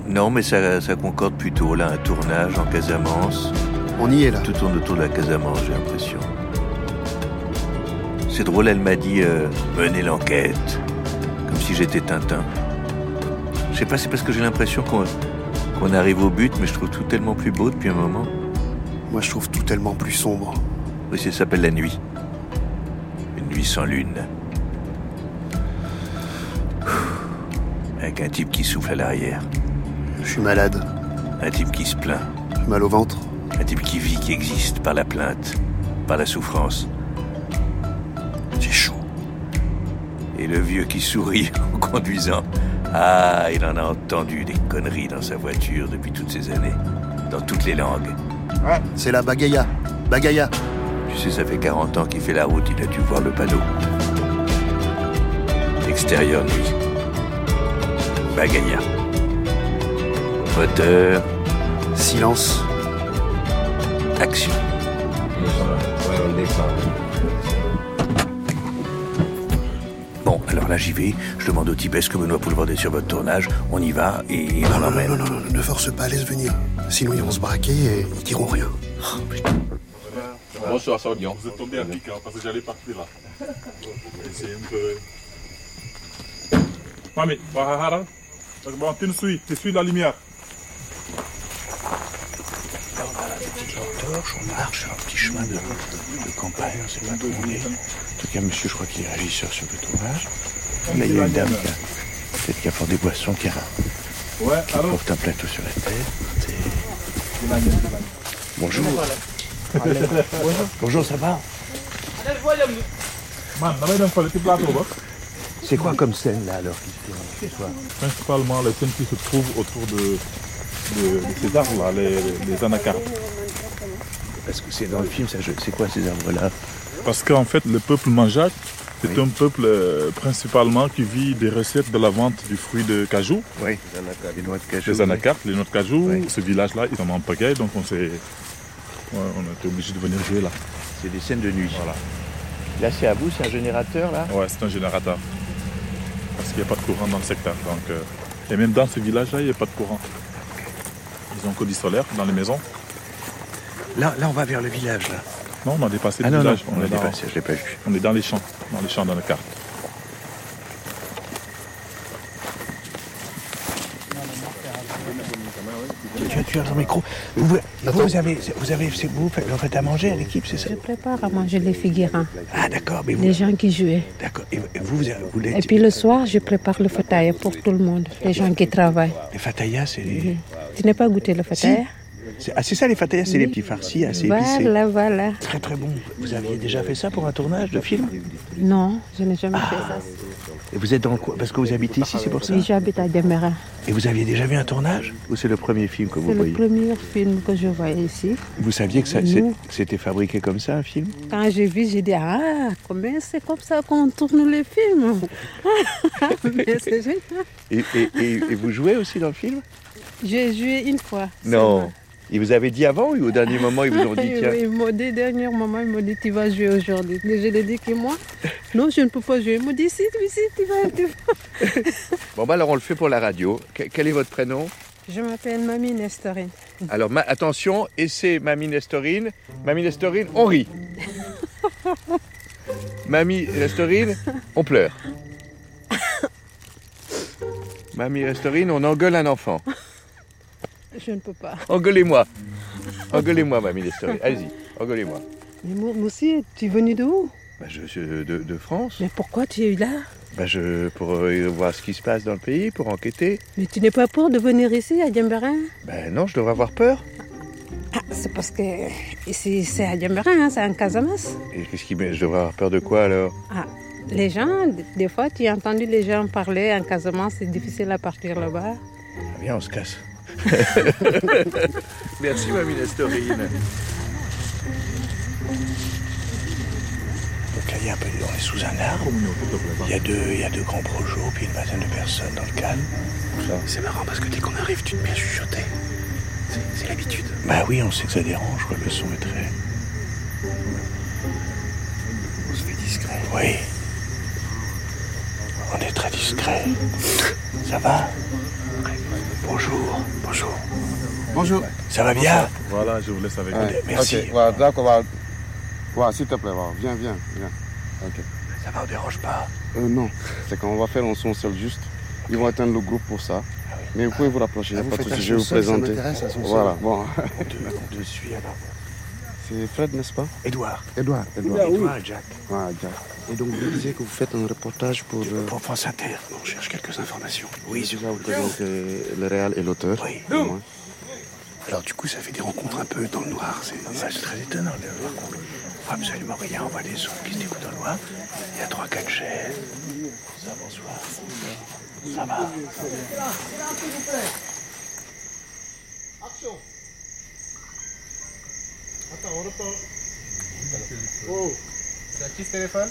[SPEAKER 1] Non, mais ça, ça concorde plutôt. Là, un tournage en Casamance.
[SPEAKER 9] On y est là.
[SPEAKER 1] Tout tourne autour de la Casamance, j'ai l'impression. C'est drôle, elle m'a dit euh, menez l'enquête, comme si j'étais Tintin. Je sais pas, c'est parce que j'ai l'impression qu'on qu'on arrive au but, mais je trouve tout tellement plus beau depuis un moment.
[SPEAKER 9] Moi, je trouve tout tellement plus sombre.
[SPEAKER 1] Oui, ça s'appelle la nuit. Une nuit sans lune. Avec un type qui souffle à l'arrière,
[SPEAKER 9] Je suis malade.
[SPEAKER 1] un type qui se plaint.
[SPEAKER 9] J'ai mal au ventre.
[SPEAKER 1] Un type qui vit, qui existe par la plainte, par la souffrance. C'est chaud. Et le vieux qui sourit en conduisant. Ah, il en a entendu des conneries dans sa voiture depuis toutes ces années, dans toutes les langues.
[SPEAKER 9] Ouais. C'est la bagaya. Bagaya.
[SPEAKER 1] Tu sais, ça fait 40 ans qu'il fait la route, il a dû voir le panneau. Extérieur nuit. Bagaya. Moteur.
[SPEAKER 9] Silence.
[SPEAKER 1] Action.
[SPEAKER 5] Ouais,
[SPEAKER 21] dans le départ.
[SPEAKER 20] Bon, alors là, j'y vais. Je demande au type est-ce que Benoît Poulvord est sur votre tournage On y va et on
[SPEAKER 9] non,
[SPEAKER 20] l'emmène.
[SPEAKER 9] non, non, non, ne force pas, laisse venir. Sinon, ils vont se braquer et ils diront rien.
[SPEAKER 22] Bonsoir, ça va bien. Vous êtes tombé à pic, hein, parce que j'allais partir là. C'est un peu. Mami, Bahahara, bon, tu nous suis, tu suis la lumière.
[SPEAKER 20] torche, on marche un petit chemin de, de campagne, on sait pas trop où on est. En tout cas, monsieur, je crois qu'il est régisseur sur le tournage. Là, il y a une dame qui a- peut-être qui apporte des boissons, qui, a,
[SPEAKER 22] Ouais,
[SPEAKER 20] qui porte un plateau sur la tête. Et- Bonjour. Bonjour, ça va
[SPEAKER 22] Man, on va dans le petit plateau, hein.
[SPEAKER 1] C'est quoi comme scène là alors qui se fait ce soir
[SPEAKER 22] Principalement les scènes qui se trouvent autour de, de, de ces arbres là, les, les anacards.
[SPEAKER 20] Parce que c'est dans le film, ça, je- c'est quoi ces arbres-là
[SPEAKER 22] Parce qu'en fait, le peuple manjac, c'est
[SPEAKER 20] Oui.
[SPEAKER 22] un peuple euh, principalement qui vit des recettes de la vente du fruit de cajou.
[SPEAKER 20] Oui, les noix de cajou.
[SPEAKER 22] Les anacards, les noix de cajou. Ce village-là, ils en ont en pagaille, donc on s'est. ouais, on était obligé de venir jouer là.
[SPEAKER 20] C'est des scènes de nuit.
[SPEAKER 22] Voilà.
[SPEAKER 20] Là, c'est à vous, c'est un générateur là
[SPEAKER 22] Ouais, c'est un générateur. Parce qu'il n'y a pas de courant dans le secteur. Donc, euh, Et même dans ce village-là, il n'y a pas de courant. Ils ont que du solaire dans les maisons.
[SPEAKER 20] Là, là, on va vers le village là.
[SPEAKER 22] Non, on a dépassé
[SPEAKER 20] Ah
[SPEAKER 22] le
[SPEAKER 20] non,
[SPEAKER 22] village.
[SPEAKER 20] non, on
[SPEAKER 22] est
[SPEAKER 20] l'a
[SPEAKER 22] dans-
[SPEAKER 20] dépassé, je l'ai pas vu.
[SPEAKER 22] On est dans les champs, dans les champs, dans la carte.
[SPEAKER 1] tu, tu as ton micro. Vous, vous, vous avez, vous avez, c'est vous, vous en faites à manger à l'équipe, c'est ça
[SPEAKER 23] Je prépare à manger les figurants,
[SPEAKER 1] Ah d'accord, mais vous,
[SPEAKER 23] les gens qui jouaient.
[SPEAKER 1] d'accord. Et et vous, vous, avez- vous les,
[SPEAKER 23] Et puis le soir, je prépare le fataya pour tout le monde, les gens qui travaillent.
[SPEAKER 1] les fatayas, c'est les,
[SPEAKER 23] Mhm. Tu n'as pas goûté le fataya
[SPEAKER 1] c'est, ah, c'est ça les fatayas, c'est les petits farcis assez épicés.
[SPEAKER 23] Voilà, Ah, voilà.
[SPEAKER 1] Très très bon. Vous aviez déjà fait ça pour un tournage de film
[SPEAKER 23] Non, je n'ai
[SPEAKER 5] Ah,
[SPEAKER 23] jamais fait ça.
[SPEAKER 1] Et vous êtes dans le coin parce que vous habitez ici, c'est pour ça.
[SPEAKER 23] Oui, j'habite à Demera.
[SPEAKER 1] Et vous aviez déjà vu un tournage
[SPEAKER 20] Ou c'est le premier film que
[SPEAKER 23] C'est le premier film que je voyais ici.
[SPEAKER 1] Vous saviez que ça-
[SPEAKER 23] Non.
[SPEAKER 1] c'est- que c'était fabriqué comme ça un film
[SPEAKER 23] Quand j'ai vu, j'ai dit Ah, comment c'est comme ça qu'on tourne les films Mais c'est génial.
[SPEAKER 1] et, et- et- et vous jouez aussi dans le film
[SPEAKER 23] J'ai joué une fois.
[SPEAKER 1] Non. Ils vous avaient dit avant ou au dernier moment ils vous ont dit tiens
[SPEAKER 23] Ils m'ont dit, dernier moment, ils m'ont dit, tu vas jouer aujourd'hui. Mais je lui ai dit que moi, non, je ne peux pas jouer. Ils m'ont dit, si, tu- si, tu vas. tu vas.
[SPEAKER 24] Bon, bah alors on le fait pour la radio. Que- quel est votre prénom
[SPEAKER 23] Je m'appelle Mamie Nestorine.
[SPEAKER 24] Alors, ma- attention, et c'est Mamie Nestorine. Mamie Nestorine, on rit.
[SPEAKER 1] Mamie Restorine, on pleure. Mamie Restorine, on engueule un enfant.
[SPEAKER 23] Je ne peux pas.
[SPEAKER 1] Engueulez-moi. Engueulez-moi, Mamie Restorine. Allez-y, engueulez-moi.
[SPEAKER 23] Mais moi, moi aussi, tu es venu de où
[SPEAKER 1] Bah, je suis de, de France.
[SPEAKER 23] Mais pourquoi tu es là
[SPEAKER 1] Bah, je, pour euh, voir ce qui se passe dans le pays, pour enquêter.
[SPEAKER 23] Mais tu n'es pas peur de venir ici, à Djemberin
[SPEAKER 1] Ben non, je devrais avoir peur.
[SPEAKER 23] Ah, c'est parce que ici, c'est à Djemberin, hein, c'est en Casamance.
[SPEAKER 1] Et qu'est-ce qui me- Je devrais avoir peur de quoi alors
[SPEAKER 23] Ah, les gens, d- des fois, tu as entendu les gens parler en Casamance, c'est difficile à partir là-bas.
[SPEAKER 1] Ah, Viens, on se casse.
[SPEAKER 24] Merci, Mamie Nestorine.
[SPEAKER 1] Donc là, il y a un peu, on est sous un arbre. Il y a deux, il y a deux grands projets, puis une vingtaine de personnes dans le calme. C'est marrant parce que dès qu'on arrive, tu te mets à chuchoter. C'est l'habitude. Bah oui, on sait que ça dérange, quoi. le son est très. On se fait discret. Oui. On est très discret. Ça va Bonjour. Bonjour.
[SPEAKER 3] Bonjour.
[SPEAKER 1] Ça va bien
[SPEAKER 22] Voilà, je vous laisse avec
[SPEAKER 3] Ouais,
[SPEAKER 22] vous.
[SPEAKER 3] Ok, voilà, d'accord, voilà. Voilà, s'il te plaît, voilà. viens, viens, viens. Ok.
[SPEAKER 1] Ça va, on dérange pas
[SPEAKER 3] Euh, non, c'est qu'on va faire en son seul juste. Ils vont atteindre le groupe pour ça. Mais vous pouvez vous rapprocher, il
[SPEAKER 9] Ah,
[SPEAKER 3] n'y
[SPEAKER 9] vous
[SPEAKER 3] a pas de
[SPEAKER 9] faites un
[SPEAKER 3] souci, je vais vous
[SPEAKER 9] son seul, ça
[SPEAKER 3] présenter.
[SPEAKER 9] m'intéresse, un son seul.
[SPEAKER 3] voilà, bon.
[SPEAKER 1] Je suis alors.
[SPEAKER 3] C'est Fred, n'est-ce pas
[SPEAKER 1] Édouard.
[SPEAKER 3] Edouard, Edouard.
[SPEAKER 1] Edouard, Edouard et Jack.
[SPEAKER 3] Voilà, Jack. Et donc, vous disiez que vous faites un reportage pour. euh,
[SPEAKER 1] Pour France Inter, on cherche quelques informations.
[SPEAKER 3] Oui, je vais vous présenter le réal et l'auteur. Oui.
[SPEAKER 1] Alors du coup, ça fait des rencontres un peu dans le noir. C'est c'est très étonnant. de voir qu'on- on voit absolument rien. On voit des sons qui se découpent dans le noir. Il y a trois, quatre chaises. Ça, bonsoir. Ça va.
[SPEAKER 10] Oh, c'est à qui ce téléphone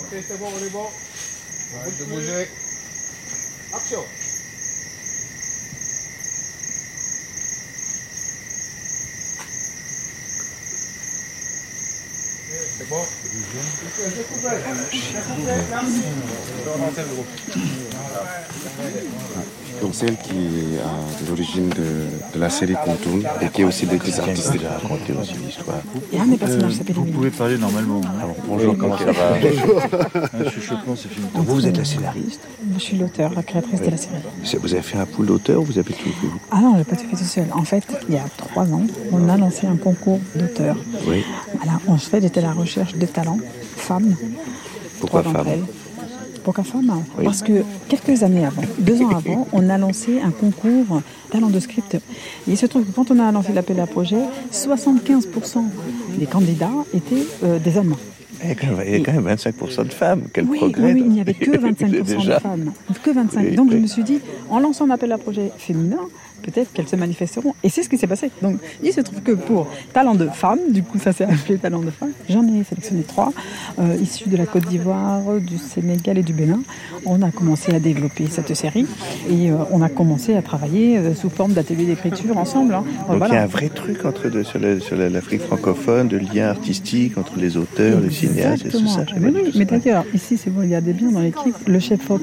[SPEAKER 8] Ok, c'est bon, on est bon. Arrête de bouger. Action
[SPEAKER 25] C'est bon
[SPEAKER 8] Donc celle qui a de l'origine de, de la série qu'on tourne et qui est aussi des des artistes.
[SPEAKER 14] Il y a un des personnages qui s'appelle
[SPEAKER 22] Vous pouvez parler normalement. Alors, bonjour, comment
[SPEAKER 8] ça va Bonjour.
[SPEAKER 22] Je suis Chopin, c'est film. Vous, vous êtes la scénariste
[SPEAKER 14] Je suis l'auteur, la créatrice de la série.
[SPEAKER 1] C'est- Vous avez fait un pool d'auteurs, vous avez tout fait vous
[SPEAKER 14] Ah non, je l'ai pas tout fait tout seul. En fait, il y a trois ans, on a lancé un concours d'auteurs.
[SPEAKER 1] Oui.
[SPEAKER 14] Voilà, en fait, j'étais à la recherche de talents, femmes.
[SPEAKER 1] Pourquoi
[SPEAKER 14] trois d'entre
[SPEAKER 1] femme
[SPEAKER 14] elles. Pourquoi femmes hein
[SPEAKER 1] Oui.
[SPEAKER 14] Parce que quelques années avant, deux ans avant, on a lancé un concours talent de script. Et il se trouve que quand on a lancé l'appel à projet, 75% des candidats étaient euh, des Allemands.
[SPEAKER 1] Il y a quand même, il y a quand même 25% de femmes, quel
[SPEAKER 14] Oui, oui,
[SPEAKER 1] progrès
[SPEAKER 14] oui, il n'y avait que 25%
[SPEAKER 1] Déjà.
[SPEAKER 14] de femmes. Que 25.
[SPEAKER 1] Oui,
[SPEAKER 14] Donc je
[SPEAKER 1] oui.
[SPEAKER 14] me suis dit, en lançant un appel à projet féminin, peut-être qu'elles se manifesteront. Et c'est ce qui s'est passé. Donc il se trouve que pour talent de femmes, du coup ça s'est appelé talent de femmes, j'en ai sélectionné trois, euh, issus de la Côte d'Ivoire, du Sénégal et du Bénin. On a commencé à développer cette série et euh, on a commencé à travailler euh, sous forme d'atelier d'écriture ensemble. hein.
[SPEAKER 1] Donc
[SPEAKER 14] Voilà.
[SPEAKER 1] il y a un vrai truc entre deux, sur le- sur la- l'Afrique francophone, de lien artistique entre les auteurs, les cinéastes, et tout
[SPEAKER 14] Exactement.
[SPEAKER 1] ça.
[SPEAKER 14] Oui, oui, mais d'ailleurs, ici, c'est vous regardez bien dans l'équipe, le chef hop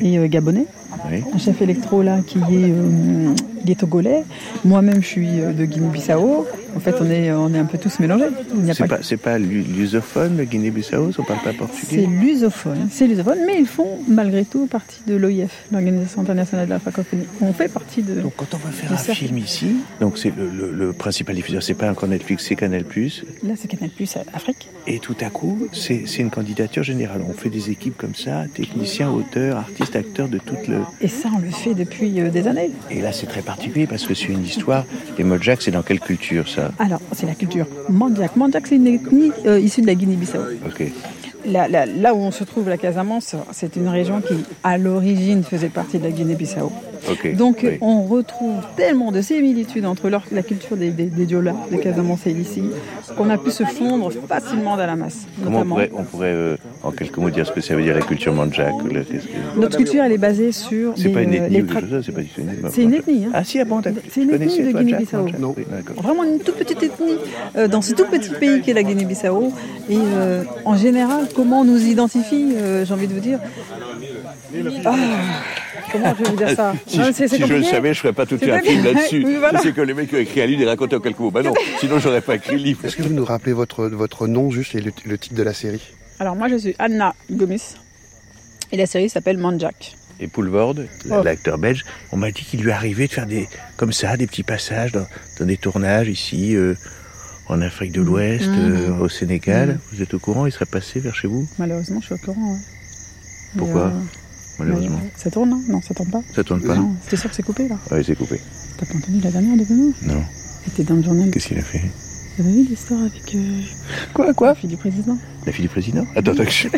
[SPEAKER 14] est euh, gabonais,
[SPEAKER 1] Oui.
[SPEAKER 14] un chef électro là qui est, euh, il est togolais. Moi-même, je suis euh, de Guinée-Bissau. En fait, on est, euh, on est un peu tous mélangés. Il n'y a
[SPEAKER 1] C'est
[SPEAKER 14] pas
[SPEAKER 1] pas, c'est pas l'u- l'usophone, le Guinée-Bissau, on parle pas
[SPEAKER 14] c'est
[SPEAKER 1] portugais.
[SPEAKER 14] lusophone, c'est lusophone, mais ils font malgré tout partie de l'OIF, l'Organisation internationale de la francophonie. On fait partie de. Donc
[SPEAKER 1] quand on va faire un film ici, donc c'est le, le- le principal diffuseur, c'est pas encore Netflix, c'est Canal+.
[SPEAKER 14] Là, c'est Canal Plus euh, Afrique.
[SPEAKER 1] Et tout à coup, c'est c'est une candidature générale. On fait des équipes comme ça, techniciens, auteurs, artistes, acteurs de toute le.
[SPEAKER 14] Et ça, on le fait depuis euh, des années.
[SPEAKER 1] Et là, c'est très particulier parce que c'est une histoire. Les Mojack, c'est dans quelle culture ça
[SPEAKER 14] Alors, c'est la culture mandiaque. Mandiaque, c'est une ethnie euh, issue de la Guinée-Bissau.
[SPEAKER 1] Ok.
[SPEAKER 14] Là, là- là où on se trouve, la Casamance, c'est une région qui, à l'origine, faisait partie de la Guinée-Bissau.
[SPEAKER 1] Ok.
[SPEAKER 14] Donc,
[SPEAKER 1] oui.
[SPEAKER 14] on retrouve tellement de similitudes entre leur- la culture des, des, des Diola, des Casamance et d'ici, qu'on a pu se fondre facilement dans la masse.
[SPEAKER 1] Comment on
[SPEAKER 14] notamment.
[SPEAKER 1] pourrait, on pourrait euh, en quelques mots dire ce que ça veut dire la culture Mojack ou la- qu'est-ce que-
[SPEAKER 14] Notre culture, elle est basée sur.
[SPEAKER 1] C'est
[SPEAKER 14] des,
[SPEAKER 1] pas une
[SPEAKER 14] euh,
[SPEAKER 1] ethnie
[SPEAKER 14] les
[SPEAKER 1] ou
[SPEAKER 14] tra-
[SPEAKER 1] quelque chose, c'est pas du tout une ethnie.
[SPEAKER 14] C'est une ethnie. Ah
[SPEAKER 1] si, ah bon,
[SPEAKER 14] C'est une ethnie de Guinée-Bissau.
[SPEAKER 1] Non. Oui, d'accord.
[SPEAKER 14] Vraiment une toute petite ethnie euh, dans ce tout petit pays qu'est la Guinée-Bissau. Et euh, en général, comment on nous identifie, euh, j'ai envie de vous dire. Ah, comment je vais vous dire ça
[SPEAKER 1] Si,
[SPEAKER 14] Non,
[SPEAKER 1] je-
[SPEAKER 14] c'est- c'est
[SPEAKER 1] si je le
[SPEAKER 14] compliqué.
[SPEAKER 1] savais, je ferais pas tout de
[SPEAKER 14] C'est
[SPEAKER 1] suite un
[SPEAKER 14] compliqué.
[SPEAKER 1] film là-dessus.
[SPEAKER 14] Oui, voilà.
[SPEAKER 1] C'est que les mecs qui ont écrit un livre, ils racontent en quelques mots. Bah non, sinon j'aurais pas écrit le livre.
[SPEAKER 9] Est-ce que vous nous rappelez votre, votre nom juste et le, le titre de la série
[SPEAKER 14] Alors moi, je suis Anna Gomis. Et la série s'appelle Manjak.
[SPEAKER 1] Et Poulvord,
[SPEAKER 14] Oh.
[SPEAKER 1] l'acteur belge, on m'a dit qu'il lui arrivait de faire des, comme ça, des petits passages dans, dans des tournages ici, euh, en Afrique de l'Ouest,
[SPEAKER 14] Mm.
[SPEAKER 1] euh, au Sénégal. Vous êtes au courant Il serait passé vers chez vous
[SPEAKER 14] Malheureusement, je suis au courant. ouais. Mais,
[SPEAKER 1] Pourquoi
[SPEAKER 14] euh,
[SPEAKER 1] Malheureusement.
[SPEAKER 14] mais, euh, Ça tourne, non Non, ça tourne pas.
[SPEAKER 1] Ça tourne pas
[SPEAKER 14] Non, c'était sûr que c'est coupé, là.
[SPEAKER 1] Oui, c'est coupé.
[SPEAKER 14] T'as pas entendu la dernière de Benoît
[SPEAKER 1] Non.
[SPEAKER 14] C'était dans le journal.
[SPEAKER 1] Qu'est-ce qu'il a fait
[SPEAKER 14] Vous avez vu l'histoire avec. euh,
[SPEAKER 1] Quoi, quoi
[SPEAKER 14] La fille du président
[SPEAKER 1] La fille du président Attends, attends. que je-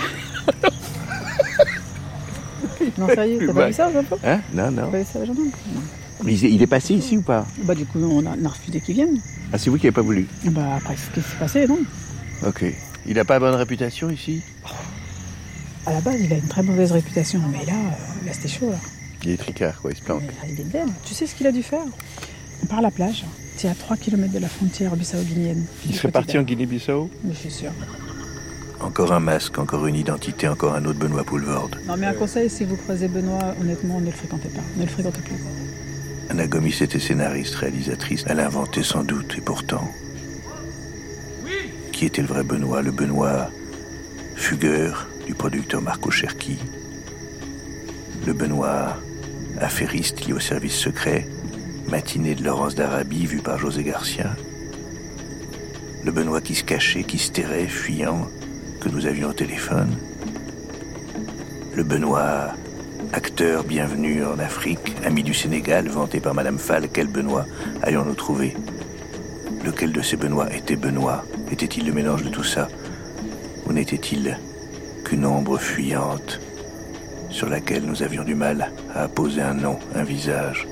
[SPEAKER 14] Non, sérieux, t'as pas vu ça au Japon
[SPEAKER 1] Hein Non,
[SPEAKER 14] T'as
[SPEAKER 1] non.
[SPEAKER 14] pas vu ça au Japon Non.
[SPEAKER 1] Mais il est- il est passé ici ou pas
[SPEAKER 14] Bah, du coup, on a, on a refusé qu'ils viennent.
[SPEAKER 1] Ah, c'est vous qui n'avez pas voulu
[SPEAKER 14] Bah, après, ce qui s'est passé, non
[SPEAKER 1] Ok. Il n'a pas bonne réputation ici
[SPEAKER 14] À la base, il a une très mauvaise réputation, mais là, euh, là c'était chaud, là.
[SPEAKER 1] Il est tricard, quoi, il se planque.
[SPEAKER 14] Là, Il est dead. Tu sais ce qu'il a dû faire Par la plage, c'est à 3 km de la frontière bissau-guinéenne.
[SPEAKER 1] Il serait parti en Guinée-Bissau
[SPEAKER 14] Mais je suis sûr.
[SPEAKER 26] Encore un masque, encore une identité, encore un autre Benoît Poulvord.
[SPEAKER 14] Non, mais un conseil, si vous croisez Benoît, honnêtement, ne le fréquentez pas. Ne le fréquentez plus.
[SPEAKER 26] Anna Gomis était scénariste, réalisatrice. Elle a inventé sans doute, et pourtant. Qui était le vrai Benoît Le Benoît fugueur du producteur Marco Cherki. Le Benoît affairiste lié au service secret, matinée de Laurence d'Arabie vue par José Garcia. Le Benoît qui se cachait, qui se terrait, fuyant, que nous avions au téléphone. Le Benoît Acteur bienvenu en Afrique, ami du Sénégal, vanté par Madame Fall, quel Benoît allions-nous trouver Lequel de ces Benoît était Benoît Était-il le mélange de tout ça Ou n'était-il qu'une ombre fuyante sur laquelle nous avions du mal à apposer un nom, un visage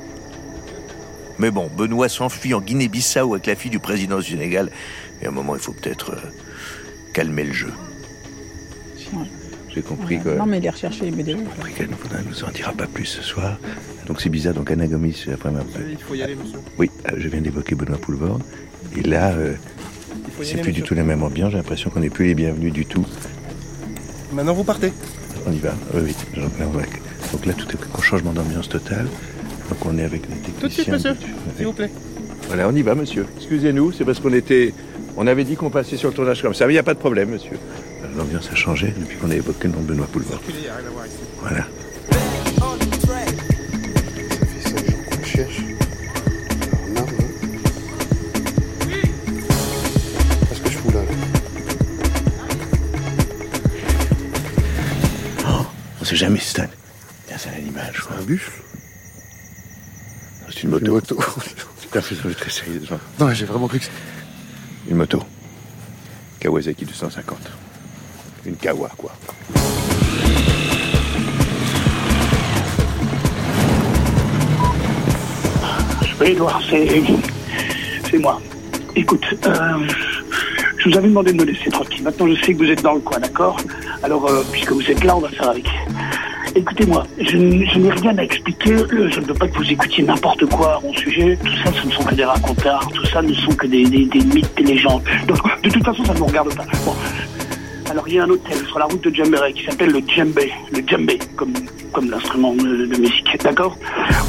[SPEAKER 26] Mais bon, Benoît s'enfuit en Guinée-Bissau avec la fille du président du Sénégal, et à un moment, il faut peut-être euh, calmer le jeu.
[SPEAKER 1] J'ai compris, quoi.
[SPEAKER 14] Non, mais il est recherché, il me déroule.
[SPEAKER 1] Après qu'elle nous- elle nous en dira pas plus ce soir. Donc c'est bizarre, donc Anagomis, c'est la première.
[SPEAKER 14] Il faut y aller, monsieur.
[SPEAKER 1] Oui, euh, je viens d'évoquer Benoît Poulvord. Et là, euh, C'est plus du tout la même ambiance, j'ai l'impression qu'on n'est plus les bienvenus du tout.
[SPEAKER 9] Maintenant, vous partez.
[SPEAKER 1] On y va, euh, vite. Donc là, on va- donc là, tout est en changement d'ambiance totale. Donc on est avec les techniciens.
[SPEAKER 9] Tout de suite, monsieur, s'il vous plaît.
[SPEAKER 1] Voilà, on y va, monsieur. Excusez-nous, c'est parce qu'on était. On avait dit qu'on passait sur le tournage comme ça, mais il n'y a pas de problème, monsieur. L'ambiance a changé depuis qu'on a évoqué le nom de Benoît Poulevard. Voilà.
[SPEAKER 8] On cherche. On a, hein. Qu'est-ce que je fous là, là
[SPEAKER 1] On sait jamais, Stan. Tiens, C'est un animal, je crois. Un buffle C'est une moto. Une moto. Putain, fais-le très sérieusement.
[SPEAKER 8] Non, j'ai vraiment cru que
[SPEAKER 1] Une moto. Kawasaki 250. Une Kawa, quoi.
[SPEAKER 10] Oui, Edouard, c'est c'est moi. Écoute, euh, je vous avais demandé de me laisser tranquille. Maintenant, je sais que vous êtes dans le coin, d'accord Alors, euh, puisque vous êtes là, on va faire avec. Écoutez-moi, je, n- je n'ai rien à expliquer. euh, Je ne veux pas que vous écoutiez n'importe quoi à mon sujet. Tout ça, ce ne sont que des racontars. Tout ça ne sont que des, des, des mythes, des légendes. Donc, de toute façon, ça ne vous regarde pas. Bon. Alors, il y a un hôtel sur la route de Djembéré qui s'appelle le Djembé. Le Djembé, comme, comme l'instrument de, de musique, d'accord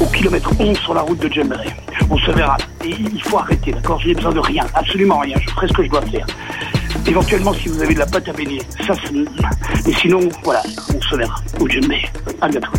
[SPEAKER 10] Au kilomètre 11 sur la route de Djembéré. On se verra. Et il faut arrêter, d'accord Je n'ai besoin de rien, absolument rien. Je ferai ce que je dois faire. Éventuellement, si vous avez de la pâte à bélier, ça, c'est... Et sinon, voilà, on se verra au Djembé. À bientôt.